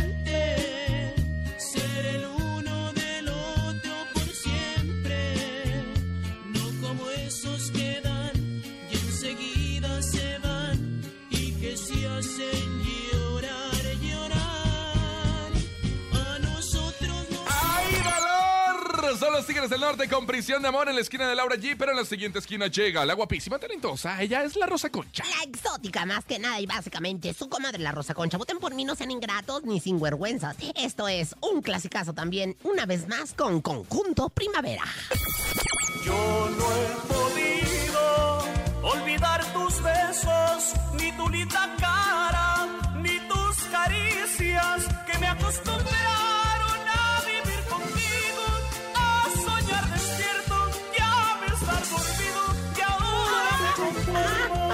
[SPEAKER 1] diferente. Ser el uno del otro por siempre. No como esos que dan y enseguida se van y que se hacen llorar, llorar. A nosotros nos.
[SPEAKER 4] ¡Ay, valor! Son los Tigres del Norte con prisión de amor en la esquina de Laura G, pero en la siguiente esquina llega la guapísima talentosa. Ella es la Rosa Concha.
[SPEAKER 3] La exótica, más que nada, y básicamente su comadre la Rosa Concha. Voten por mí, no sean ingratos ni sinvergüenzas. Esto es un clasicazo también, una vez más con Conjunto Primavera.
[SPEAKER 1] Yo no he podido olvidar tus besos, ni tu linda cara, ni tus caricias que me acostumbraron a vivir contigo, a soñar despierto y a pensar dormido y ahora me conformo.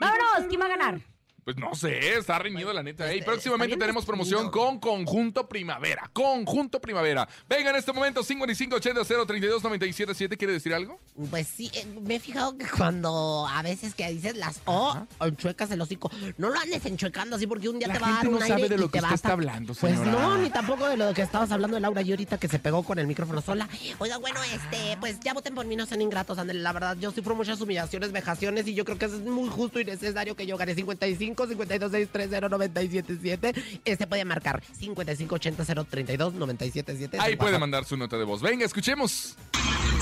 [SPEAKER 2] Vámonos, ¿quién va a ganar?
[SPEAKER 4] Pues no sé, está reñido la
[SPEAKER 2] pues,
[SPEAKER 4] neta. ¿eh? Y próximamente tenemos promoción con Conjunto Primavera. Conjunto Primavera. Venga, en este momento, 5580-032-977. ¿Quiere decir algo?
[SPEAKER 3] Pues sí, eh, me he fijado que cuando a veces que dices las O, o chuecas el hocico, no lo andes enchuecando así porque un día te va a dar un aire y te va a estar-
[SPEAKER 4] hablando,
[SPEAKER 3] Pues no, ni tampoco de lo que estabas hablando de Laura y ahorita que se pegó con el micrófono sola. Oiga, bueno, este, pues ya voten por mí, no sean ingratos, ándale, la verdad, yo sufro muchas humillaciones, vejaciones y yo creo que eso es muy justo y necesario que yo gane 55 52 977 Este puede marcar 55 80 032 977
[SPEAKER 4] Ahí puede mandar su nota de voz. Venga, escuchemos.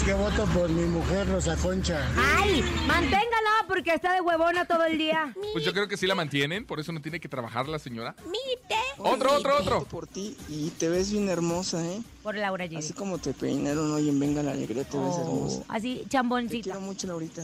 [SPEAKER 13] que voto por mi mujer, Rosa Concha.
[SPEAKER 2] ¡Ay! Manténgala porque está de huevona todo el día.
[SPEAKER 4] Pues yo creo que sí la mantienen, por eso no tiene que trabajar la señora.
[SPEAKER 2] Mite.
[SPEAKER 4] Otro, otro, otro.
[SPEAKER 14] Por ti y te ves bien hermosa, ¿eh?
[SPEAKER 2] Por Laura G. Oh,
[SPEAKER 14] Así como te peinaron hoy en Venga la Alegría, te ves hermosa.
[SPEAKER 2] Así, chamboncita.
[SPEAKER 14] mucho, Laurita.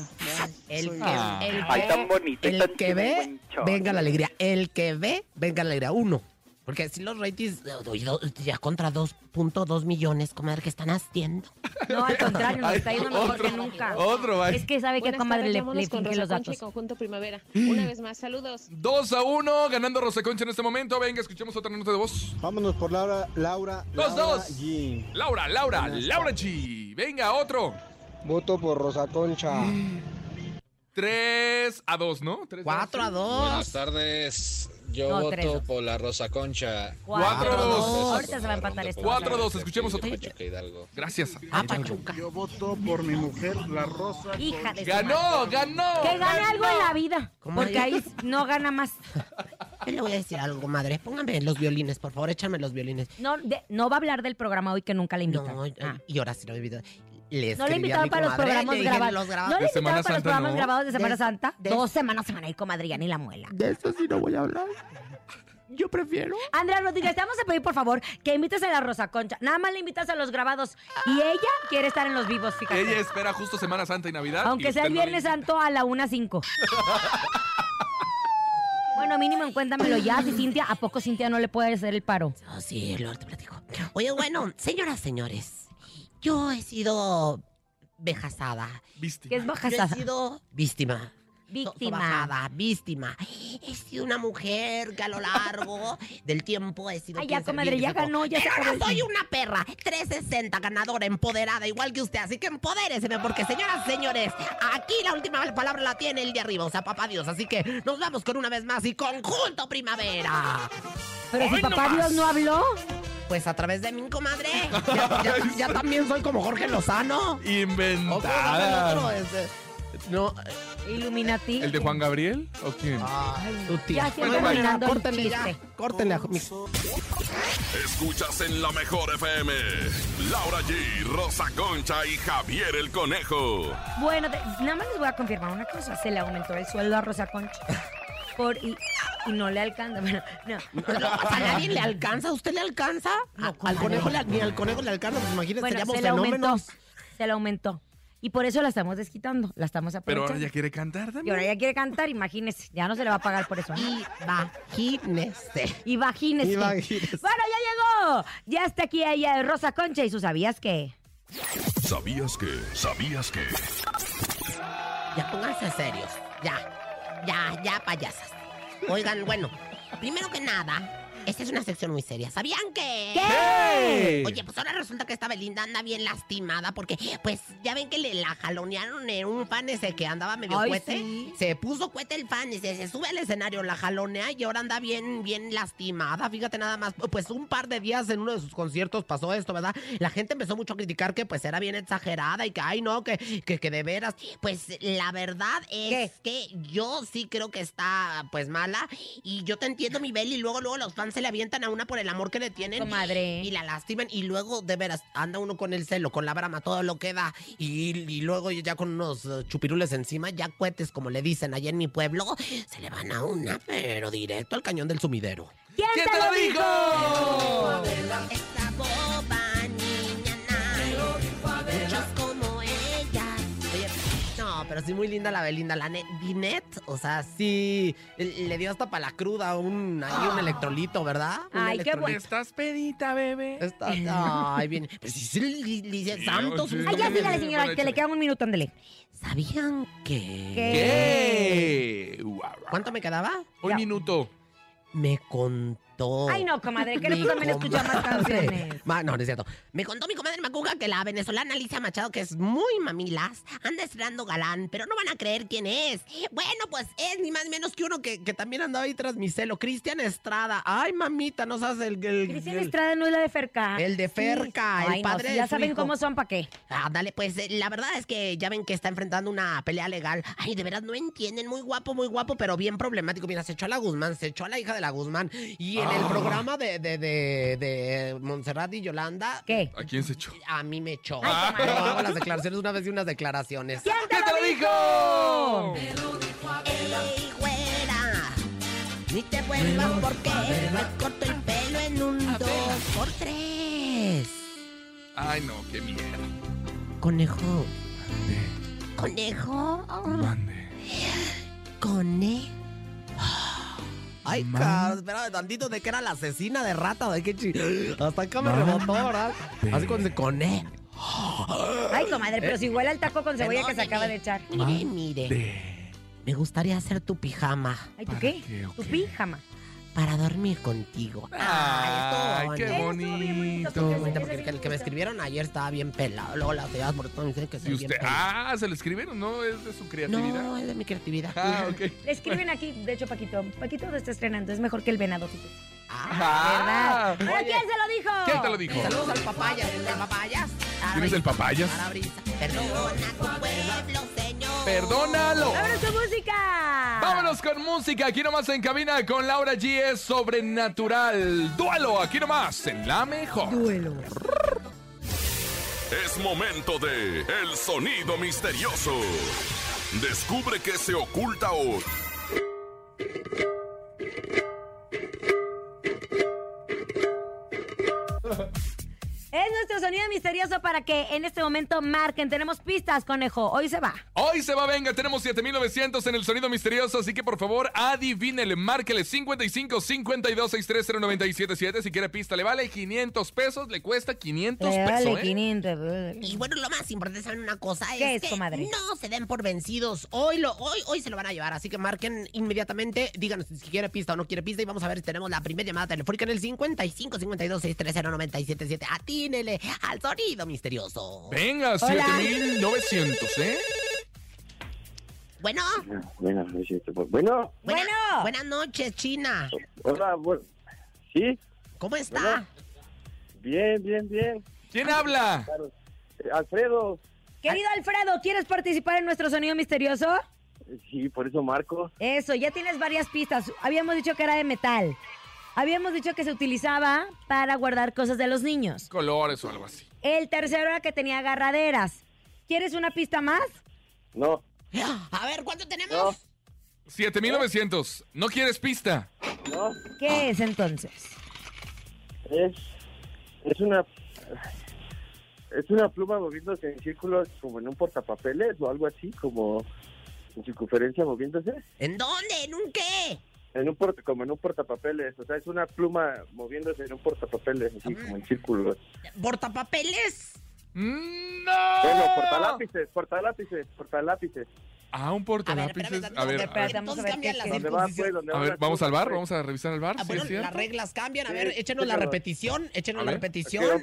[SPEAKER 3] El
[SPEAKER 14] soy-
[SPEAKER 3] que,
[SPEAKER 14] Ah.
[SPEAKER 3] el
[SPEAKER 14] Ay,
[SPEAKER 3] que-
[SPEAKER 14] tan bonito y
[SPEAKER 3] el
[SPEAKER 14] tan
[SPEAKER 3] que ve,
[SPEAKER 14] chingüencho.
[SPEAKER 3] venga la alegría. El que ve, venga la alegría. Uno. Porque si los ratings eh, doy do- ya contra 2.2 millones, comadre, que están haciendo?
[SPEAKER 2] No, al contrario, nos
[SPEAKER 3] Ay,
[SPEAKER 2] está yendo mejor que
[SPEAKER 3] otro,
[SPEAKER 2] nunca.
[SPEAKER 4] otro, vaya.
[SPEAKER 2] Es que sabe que a
[SPEAKER 15] Buenas
[SPEAKER 2] comadre
[SPEAKER 15] tardes,
[SPEAKER 2] le,
[SPEAKER 15] vámonos
[SPEAKER 2] le
[SPEAKER 15] con
[SPEAKER 2] finge
[SPEAKER 15] Rosa
[SPEAKER 2] los
[SPEAKER 15] Concha y
[SPEAKER 2] datos.
[SPEAKER 15] Conjunto Primavera. Una vez más, saludos.
[SPEAKER 4] 2 a 1, ganando Rosa Concha en este momento. Venga, escuchemos otra nota de voz.
[SPEAKER 13] Vámonos por Laura, Laura,
[SPEAKER 4] Dos,
[SPEAKER 13] Laura
[SPEAKER 4] dos.
[SPEAKER 13] G.
[SPEAKER 4] Laura, Laura,
[SPEAKER 13] Buenas
[SPEAKER 4] Laura G. Venga, otro.
[SPEAKER 13] Voto por Rosa Concha.
[SPEAKER 4] 3 a 2, ¿no?
[SPEAKER 13] 4 a 2.
[SPEAKER 16] Buenas tardes. Yo
[SPEAKER 2] No,
[SPEAKER 16] voto
[SPEAKER 2] tres, dos.
[SPEAKER 16] por la Rosa Concha.
[SPEAKER 2] Cuatro,
[SPEAKER 16] Cuatro,
[SPEAKER 2] dos.
[SPEAKER 16] dos.
[SPEAKER 2] Ahorita se va a empatar esto.
[SPEAKER 4] 4 a 2, escuchemos otro.
[SPEAKER 16] Pachuca Hidalgo.
[SPEAKER 4] Gracias.
[SPEAKER 2] ah,
[SPEAKER 17] Yo voto por mi mujer, la Rosa.
[SPEAKER 2] Hija de su
[SPEAKER 4] Ganó,
[SPEAKER 2] madre.
[SPEAKER 4] ganó.
[SPEAKER 2] Que gane algo en la vida.
[SPEAKER 4] Comadre.
[SPEAKER 2] Porque ahí no gana más.
[SPEAKER 3] Yo le voy a decir algo, madre. Póngame los violines, por favor, échame los violines.
[SPEAKER 2] No, de- no va a hablar del programa hoy que nunca le invitan.
[SPEAKER 3] No, y ahora sí lo he invitado. Le
[SPEAKER 2] ah. No le
[SPEAKER 3] escribí a
[SPEAKER 2] invitaron
[SPEAKER 3] mi
[SPEAKER 2] para los
[SPEAKER 3] comadre,
[SPEAKER 2] programas
[SPEAKER 3] le dije,
[SPEAKER 2] grabados.
[SPEAKER 3] "Los graba-
[SPEAKER 2] No le invitaron para los
[SPEAKER 3] Santa,
[SPEAKER 2] programas
[SPEAKER 3] no".
[SPEAKER 2] grabados de Semana
[SPEAKER 3] De-
[SPEAKER 2] Santa.
[SPEAKER 3] de-
[SPEAKER 2] Dos semanas se van a ir, comadre, ya ni la muela.
[SPEAKER 3] De eso sí no voy a hablar. Yo prefiero.
[SPEAKER 2] Andrea Rodríguez, te vamos a pedir, por favor, que invites a la Rosa Concha. Nada más le invitas a los grabados. Y ella quiere estar en los vivos, fíjate.
[SPEAKER 4] Ella espera justo Semana Santa y Navidad.
[SPEAKER 2] Aunque
[SPEAKER 4] Ah, y
[SPEAKER 2] sea el
[SPEAKER 4] usted no le-
[SPEAKER 2] Viernes Santo a la 1.05. bueno, mínimo en cuéntamelo ya. Si Cintia, ¿a poco Cintia no le puede hacer el paro?
[SPEAKER 3] No, Oh, sí, luego te platico. Oye, bueno, señoras, señores, yo he sido vejazada.
[SPEAKER 2] ¿Qué es
[SPEAKER 3] Yo
[SPEAKER 2] bajasada?
[SPEAKER 3] he sido víctima.
[SPEAKER 2] Víctima.
[SPEAKER 3] sobajada, víctima. He sido una mujer que a lo largo del tiempo he sido.
[SPEAKER 2] Ay, ya,
[SPEAKER 3] quien se
[SPEAKER 2] comadre, ya
[SPEAKER 3] reivindica.
[SPEAKER 2] ganó, ya se
[SPEAKER 3] Pero
[SPEAKER 2] acabó
[SPEAKER 3] no
[SPEAKER 2] el-
[SPEAKER 3] soy una perra. 360, ganadora, empoderada, igual que usted. Así que empodéreseme, porque señoras, señores, aquí la última palabra la tiene el de arriba, o sea, papá Dios. Así que nos vamos con una vez más y conjunto primavera.
[SPEAKER 2] Pero si
[SPEAKER 3] Hoy
[SPEAKER 2] papá
[SPEAKER 3] nomás.
[SPEAKER 2] Dios no habló.
[SPEAKER 3] Pues a través de mi comadre. Ya, ya- ya también soy como Jorge Lozano. Ah.
[SPEAKER 4] Inventada.
[SPEAKER 3] Otro, este, No,
[SPEAKER 2] Illuminati.
[SPEAKER 4] ¿El de Juan Gabriel? ¿O quién?
[SPEAKER 2] Ah,
[SPEAKER 3] tu
[SPEAKER 2] Ya
[SPEAKER 3] tía.
[SPEAKER 2] se va ganando el
[SPEAKER 3] córtenle ya,
[SPEAKER 2] chiste.
[SPEAKER 3] córtenle a mi-
[SPEAKER 5] Escuchas en la mejor FM. Laura G, Rosa Concha y Javier el Conejo.
[SPEAKER 2] Bueno, de- nada más les voy a confirmar una cosa. Se le aumentó el sueldo a Rosa Concha. Por, y, y no le alcanza. Bueno, no.
[SPEAKER 3] ¿A nadie le alcanza? ¿A usted le alcanza? A- al conejo le, ni al conejo le alcanza, pues imagínense,
[SPEAKER 2] Bueno,
[SPEAKER 3] seríamos
[SPEAKER 2] se le aumentó.
[SPEAKER 3] fenómenos.
[SPEAKER 2] Se le aumentó. Y por eso la estamos desquitando. La estamos
[SPEAKER 4] Pero
[SPEAKER 2] aprovechando.
[SPEAKER 4] ahora ya quiere cantar
[SPEAKER 2] Y
[SPEAKER 4] también.
[SPEAKER 2] ahora ya quiere cantar, imagínese, ya no se le va a pagar por eso. ¿eh?
[SPEAKER 3] Imagínese.
[SPEAKER 2] Y vagínese.
[SPEAKER 3] Imagínese.
[SPEAKER 2] Bueno, ya llegó. Ya está aquí ella, Rosa Concha y sus sabías que.
[SPEAKER 5] ¿Sabías que? ¿Sabías que?
[SPEAKER 3] Ya pónganse serios. Ya, ya, ya, payasas. Oigan, bueno, primero que nada, esta es una sección muy seria. ¿Sabían que?
[SPEAKER 4] ¿Qué?
[SPEAKER 3] Oye, pues ahora resulta que esta Belinda anda bien lastimada porque, pues, ya ven que le la jalonearon en un fan ese que andaba medio
[SPEAKER 2] Ay,
[SPEAKER 3] cohete.
[SPEAKER 2] sí.
[SPEAKER 3] Se puso cohete el fan y se, se sube al escenario, la jalonea y ahora anda bien, bien lastimada. Fíjate nada más. Pues un par de días en uno de sus conciertos pasó esto, ¿verdad? La gente empezó mucho a criticar que pues era bien exagerada y que, ay, no, que, que, que de veras. Pues la verdad es que yo sí creo que está pues mala y yo te entiendo, mi Beli. Y luego, luego los fans se le avientan a una por el amor que le tienen.
[SPEAKER 2] Comadre.
[SPEAKER 3] Y la lastiman y luego de veras anda uno con el celo, con la brama, todo lo que da y, y luego ya con unos eh, chupirules encima, ya cohetes como le dicen allá en mi pueblo, se le van a una, pero directo al cañón del sumidero.
[SPEAKER 2] ¿Quién, te lo dijo?
[SPEAKER 3] Esta boba niña nadie, muchos como ella. Oye, no, pero sí muy linda la Belinda, la ne- Dinette, o sea, sí le le dio hasta para la cruda un, ahí un electrolito, ¿verdad? Un
[SPEAKER 2] Ay, qué bueno.
[SPEAKER 3] electrolito.
[SPEAKER 4] Estás pedita, bebé.
[SPEAKER 3] Está, ay, bien. Pero sí, sí, li- li- dice Santos.
[SPEAKER 2] Ay, ya dígale, señora, que le queda un minuto, ándele.
[SPEAKER 3] ¿Sabían que?
[SPEAKER 4] ¿Qué? Guau, guau.
[SPEAKER 3] ¿Cuánto me quedaba?
[SPEAKER 4] Un minuto.
[SPEAKER 3] Me contó.
[SPEAKER 2] Ay, no, comadre, que
[SPEAKER 3] Oh. Mi
[SPEAKER 2] no también escucha más
[SPEAKER 3] comadre.
[SPEAKER 2] canciones.
[SPEAKER 3] Ma- no, no es cierto. Me contó mi comadre Macuca que la venezolana Alicia Machado, que es muy mamilas, anda estrenando galán, pero no van a creer quién es. Bueno, pues es ni más ni menos que uno que, que también andaba ahí tras mi celo, Cristian Estrada. Ay, mamita, no sabes el... el
[SPEAKER 2] Cristian
[SPEAKER 3] el-
[SPEAKER 2] Estrada no es la de Ferca.
[SPEAKER 3] El de Ferca, el
[SPEAKER 2] Ay, no,
[SPEAKER 3] padre
[SPEAKER 2] si
[SPEAKER 3] de
[SPEAKER 2] ya
[SPEAKER 3] su
[SPEAKER 2] saben
[SPEAKER 3] hijo.
[SPEAKER 2] cómo son, ¿para qué?
[SPEAKER 3] Ah, dale, pues eh, la verdad es que ya ven que está enfrentando una pelea legal. Ay, de veras no entienden. Muy guapo, muy guapo, pero bien problemático. Mira, se echó a la Guzmán, se echó a la hija de la Guzmán. Y en el programa de, de, de, de Montserrat y Yolanda,
[SPEAKER 2] ¿Qué?
[SPEAKER 4] ¿A quién se echó?
[SPEAKER 3] a mí me echó.
[SPEAKER 2] Ay, qué
[SPEAKER 3] Yo
[SPEAKER 2] mal.
[SPEAKER 3] hago las declaraciones una vez y unas declaraciones.
[SPEAKER 2] ¿Quién te lo dijo?
[SPEAKER 4] dijo?
[SPEAKER 3] ¡Ey, güera! Ni te vuelvas porque me corto el pelo en un dos por tres.
[SPEAKER 4] Ay, no, qué mierda.
[SPEAKER 3] Conejo. Conejo. Cone. Ay, cara, espérame tantito de que era la asesina de rata, de qué chi- Hasta acá me rebotó, ¿verdad? Así cuando se cone.
[SPEAKER 2] Ay, comadre, pero si huele el taco con cebolla que se
[SPEAKER 3] Perdóneme.
[SPEAKER 2] acaba de echar.
[SPEAKER 3] Mire, mire. Me gustaría hacer tu pijama
[SPEAKER 2] Ay, ¿tú qué? Tu pijama.
[SPEAKER 3] para dormir contigo. Ah,
[SPEAKER 4] Ay,
[SPEAKER 3] estuvo
[SPEAKER 4] qué bonito.
[SPEAKER 3] bonito. Porque el que, el que me escribieron ayer estaba bien pelado. Luego las ciudad por todo me dicen que soy
[SPEAKER 4] ¿Y usted?
[SPEAKER 3] bien pelado.
[SPEAKER 4] Ah, se lo escribieron, ¿no? Es de su creatividad.
[SPEAKER 3] No, es de mi creatividad.
[SPEAKER 4] Ah, ok.
[SPEAKER 2] Le escriben aquí, de hecho, Paquito. Paquito se está estrenando, es mejor que el venado. fíjate.
[SPEAKER 4] Ah,
[SPEAKER 2] ¿Verdad? ¿Pero quién se lo dijo?
[SPEAKER 4] ¿Quién te lo dijo?
[SPEAKER 3] Saludos al papayas, al papayas.
[SPEAKER 4] ¿Quién es el papayas?
[SPEAKER 3] Perdona tu pueblo, señor.
[SPEAKER 4] Perdónalo.
[SPEAKER 2] ¡Vámonos con música!
[SPEAKER 4] Vámonos con música. Aquí nomás en cabina con Laura G. Es sobrenatural. Duelo. Aquí nomás en la mejor.
[SPEAKER 2] Duelo.
[SPEAKER 5] Es momento de El sonido misterioso. Descubre qué se oculta hoy.
[SPEAKER 2] Es nuestro sonido misterioso para que en este momento marquen. Tenemos pistas, conejo. Hoy se va.
[SPEAKER 4] Hoy se va, venga, tenemos 7900 en el sonido misterioso, así que por favor, adivínele, márquele 55 52 630 977 si quiere pista, le vale 500 pesos, le cuesta 500
[SPEAKER 2] Le
[SPEAKER 4] pesos.
[SPEAKER 2] vale
[SPEAKER 4] ¿eh?
[SPEAKER 2] 500.
[SPEAKER 3] Y bueno, lo más importante, ¿saben una cosa?
[SPEAKER 2] ¿Qué
[SPEAKER 3] es,
[SPEAKER 2] es,
[SPEAKER 3] que
[SPEAKER 2] comadre?
[SPEAKER 3] no se den por vencidos. Hoy, lo, hoy, hoy se lo van a llevar, así que marquen inmediatamente, díganos si quiere pista o no quiere pista y vamos a ver si tenemos la primera llamada telefónica en el 55 52 630 977. Atínele al sonido misterioso.
[SPEAKER 4] Venga,
[SPEAKER 3] Hola.
[SPEAKER 4] 7900, ¿eh?
[SPEAKER 3] Bueno,
[SPEAKER 9] Buenas noches. Bueno,
[SPEAKER 3] buena- buenas noches, China.
[SPEAKER 9] hola, bu- ¿sí?
[SPEAKER 3] ¿Cómo está?
[SPEAKER 9] Bueno. Bien, bien, bien.
[SPEAKER 4] ¿Quién
[SPEAKER 3] Ah.
[SPEAKER 4] habla?
[SPEAKER 9] Claro. Eh, Alfredo,
[SPEAKER 2] Querido Alfredo, ¿quieres participar en nuestro sonido misterioso?
[SPEAKER 9] sí, por eso Marco.
[SPEAKER 2] Eso, ya tienes varias pistas. Habíamos dicho que era de metal. Habíamos dicho que se utilizaba para guardar cosas de los niños.
[SPEAKER 4] Colores o algo así.
[SPEAKER 2] El tercero era que tenía agarraderas. ¿Quieres una pista más?
[SPEAKER 9] No,
[SPEAKER 3] A ver, ¿cuánto tenemos?
[SPEAKER 4] 7900, ¿no quieres pista?
[SPEAKER 9] no,
[SPEAKER 2] ¿Qué es entonces?
[SPEAKER 9] es, es una... Es una pluma moviéndose en círculos como en un portapapeles o algo así, como en circunferencia moviéndose.
[SPEAKER 3] ¿En dónde? ¿En un qué?
[SPEAKER 9] En un porta- como en un portapapeles, o sea, es una pluma moviéndose en un portapapeles, así como en círculos.
[SPEAKER 3] ¿Portapapeles?
[SPEAKER 4] ¡No!
[SPEAKER 9] Bueno, portalápices, portalápices, portalápices.
[SPEAKER 4] Ah, un portalápices. A ver, a ver,
[SPEAKER 3] Entonces cambian las
[SPEAKER 9] ¿Dónde va, pues? ¿Dónde
[SPEAKER 4] a
[SPEAKER 9] va
[SPEAKER 4] ver,
[SPEAKER 9] la
[SPEAKER 4] vamos
[SPEAKER 9] pluma,
[SPEAKER 4] al bar,
[SPEAKER 9] pues?
[SPEAKER 4] vamos a revisar el bar.
[SPEAKER 3] Ah,
[SPEAKER 4] ¿sí ¿eh?
[SPEAKER 3] bueno,
[SPEAKER 4] es cierto?
[SPEAKER 3] las reglas cambian. A
[SPEAKER 9] Sí,
[SPEAKER 3] ver, échenos la
[SPEAKER 9] claro.
[SPEAKER 3] repetición. Échenos
[SPEAKER 4] A
[SPEAKER 3] la
[SPEAKER 4] ver.
[SPEAKER 3] repetición.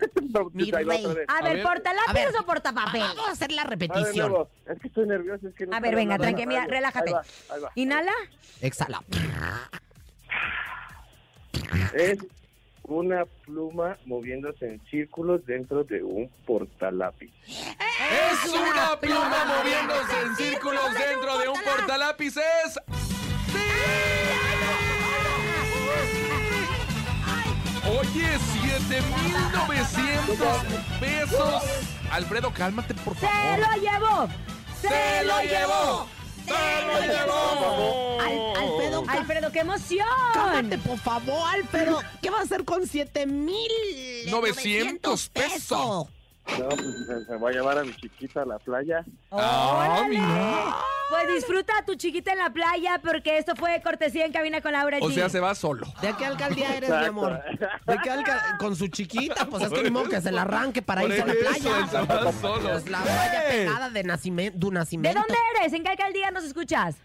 [SPEAKER 3] Mi
[SPEAKER 9] Ahí va
[SPEAKER 3] rey.
[SPEAKER 9] otra vez.
[SPEAKER 2] A,
[SPEAKER 4] A
[SPEAKER 2] ver,
[SPEAKER 4] ver.
[SPEAKER 3] A
[SPEAKER 2] ¿portalápices
[SPEAKER 3] ver.
[SPEAKER 2] o portapapel?
[SPEAKER 3] Vamos a hacer la
[SPEAKER 9] Va de
[SPEAKER 3] repetición.
[SPEAKER 9] nuevo. Es que estoy nervioso, es que Ah, no
[SPEAKER 2] A
[SPEAKER 9] estoy
[SPEAKER 2] ver, venga,
[SPEAKER 9] hablando
[SPEAKER 2] tranqui,
[SPEAKER 9] en la
[SPEAKER 2] mira,
[SPEAKER 9] radio.
[SPEAKER 2] relájate.
[SPEAKER 9] Ahí va, ahí va.
[SPEAKER 2] Inhala.
[SPEAKER 3] Exhala.
[SPEAKER 9] Es una pluma moviéndose en círculos dentro de un portalápiz.
[SPEAKER 4] Es una pluma moviéndose en círculos dentro de un portalápices. Oye, 7900 pesos. Alfredo, cálmate, por
[SPEAKER 2] ¡Se
[SPEAKER 4] favor.
[SPEAKER 2] lo llevó!
[SPEAKER 4] ¡Se lo llevó! ¡Se lo llevó!
[SPEAKER 3] Al- Alfredo, cal-
[SPEAKER 2] Alfredo, qué emoción.
[SPEAKER 3] cálmate, por favor, Alfredo. ¿Qué va a hacer con 7900
[SPEAKER 4] 900
[SPEAKER 3] pesos?
[SPEAKER 9] No, pues se, se va a llevar a mi chiquita a la playa.
[SPEAKER 4] Ah,
[SPEAKER 2] ¡Órale!
[SPEAKER 4] mira.
[SPEAKER 2] Pues disfruta a tu chiquita en la playa porque esto fue cortesía en cabina con Laura G.
[SPEAKER 4] O sea, se va solo.
[SPEAKER 3] ¿De qué alcaldía eres, mi amor? ¿De qué alcaldía? Con su chiquita, pues es que ni modo que se la arranque para
[SPEAKER 4] Por
[SPEAKER 3] irse a la
[SPEAKER 4] eso,
[SPEAKER 3] playa.
[SPEAKER 4] se va solo.
[SPEAKER 3] Pues la vaya
[SPEAKER 4] ¡Ey!
[SPEAKER 3] pegada de nacimiento. de
[SPEAKER 2] ¿De
[SPEAKER 3] nacimiento.
[SPEAKER 2] dónde eres? ¿En qué alcaldía nos escuchas?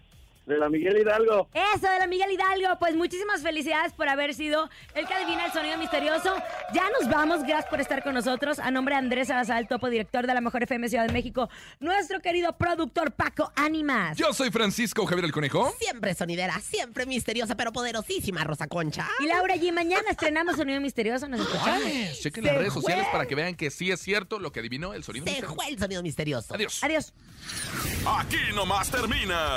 [SPEAKER 9] De la Miguel Hidalgo.
[SPEAKER 2] Eso, de la Miguel Hidalgo. Pues muchísimas felicidades por haber sido el que adivina el sonido misterioso. Ya nos vamos. Gracias por estar con nosotros. A nombre de Andrés Salazar, el topo director de la Mejor FM Ciudad de México, nuestro querido productor Paco Ánimas.
[SPEAKER 4] ¡Eh! Yo soy Francisco Javier el Conejo.
[SPEAKER 3] Siempre sonidera, siempre misteriosa, pero poderosísima, Rosa Concha.
[SPEAKER 2] Y Laura G, mañana estrenamos Sonido Misterioso. Nos escuchamos.
[SPEAKER 4] Chequen
[SPEAKER 2] Se
[SPEAKER 4] las redes sociales
[SPEAKER 2] fue.
[SPEAKER 4] para que vean que sí es cierto lo que adivinó el sonido.
[SPEAKER 3] Se
[SPEAKER 4] misterioso.
[SPEAKER 3] fue el sonido misterioso.
[SPEAKER 4] Adiós.
[SPEAKER 2] Adiós.
[SPEAKER 5] Aquí nomás termina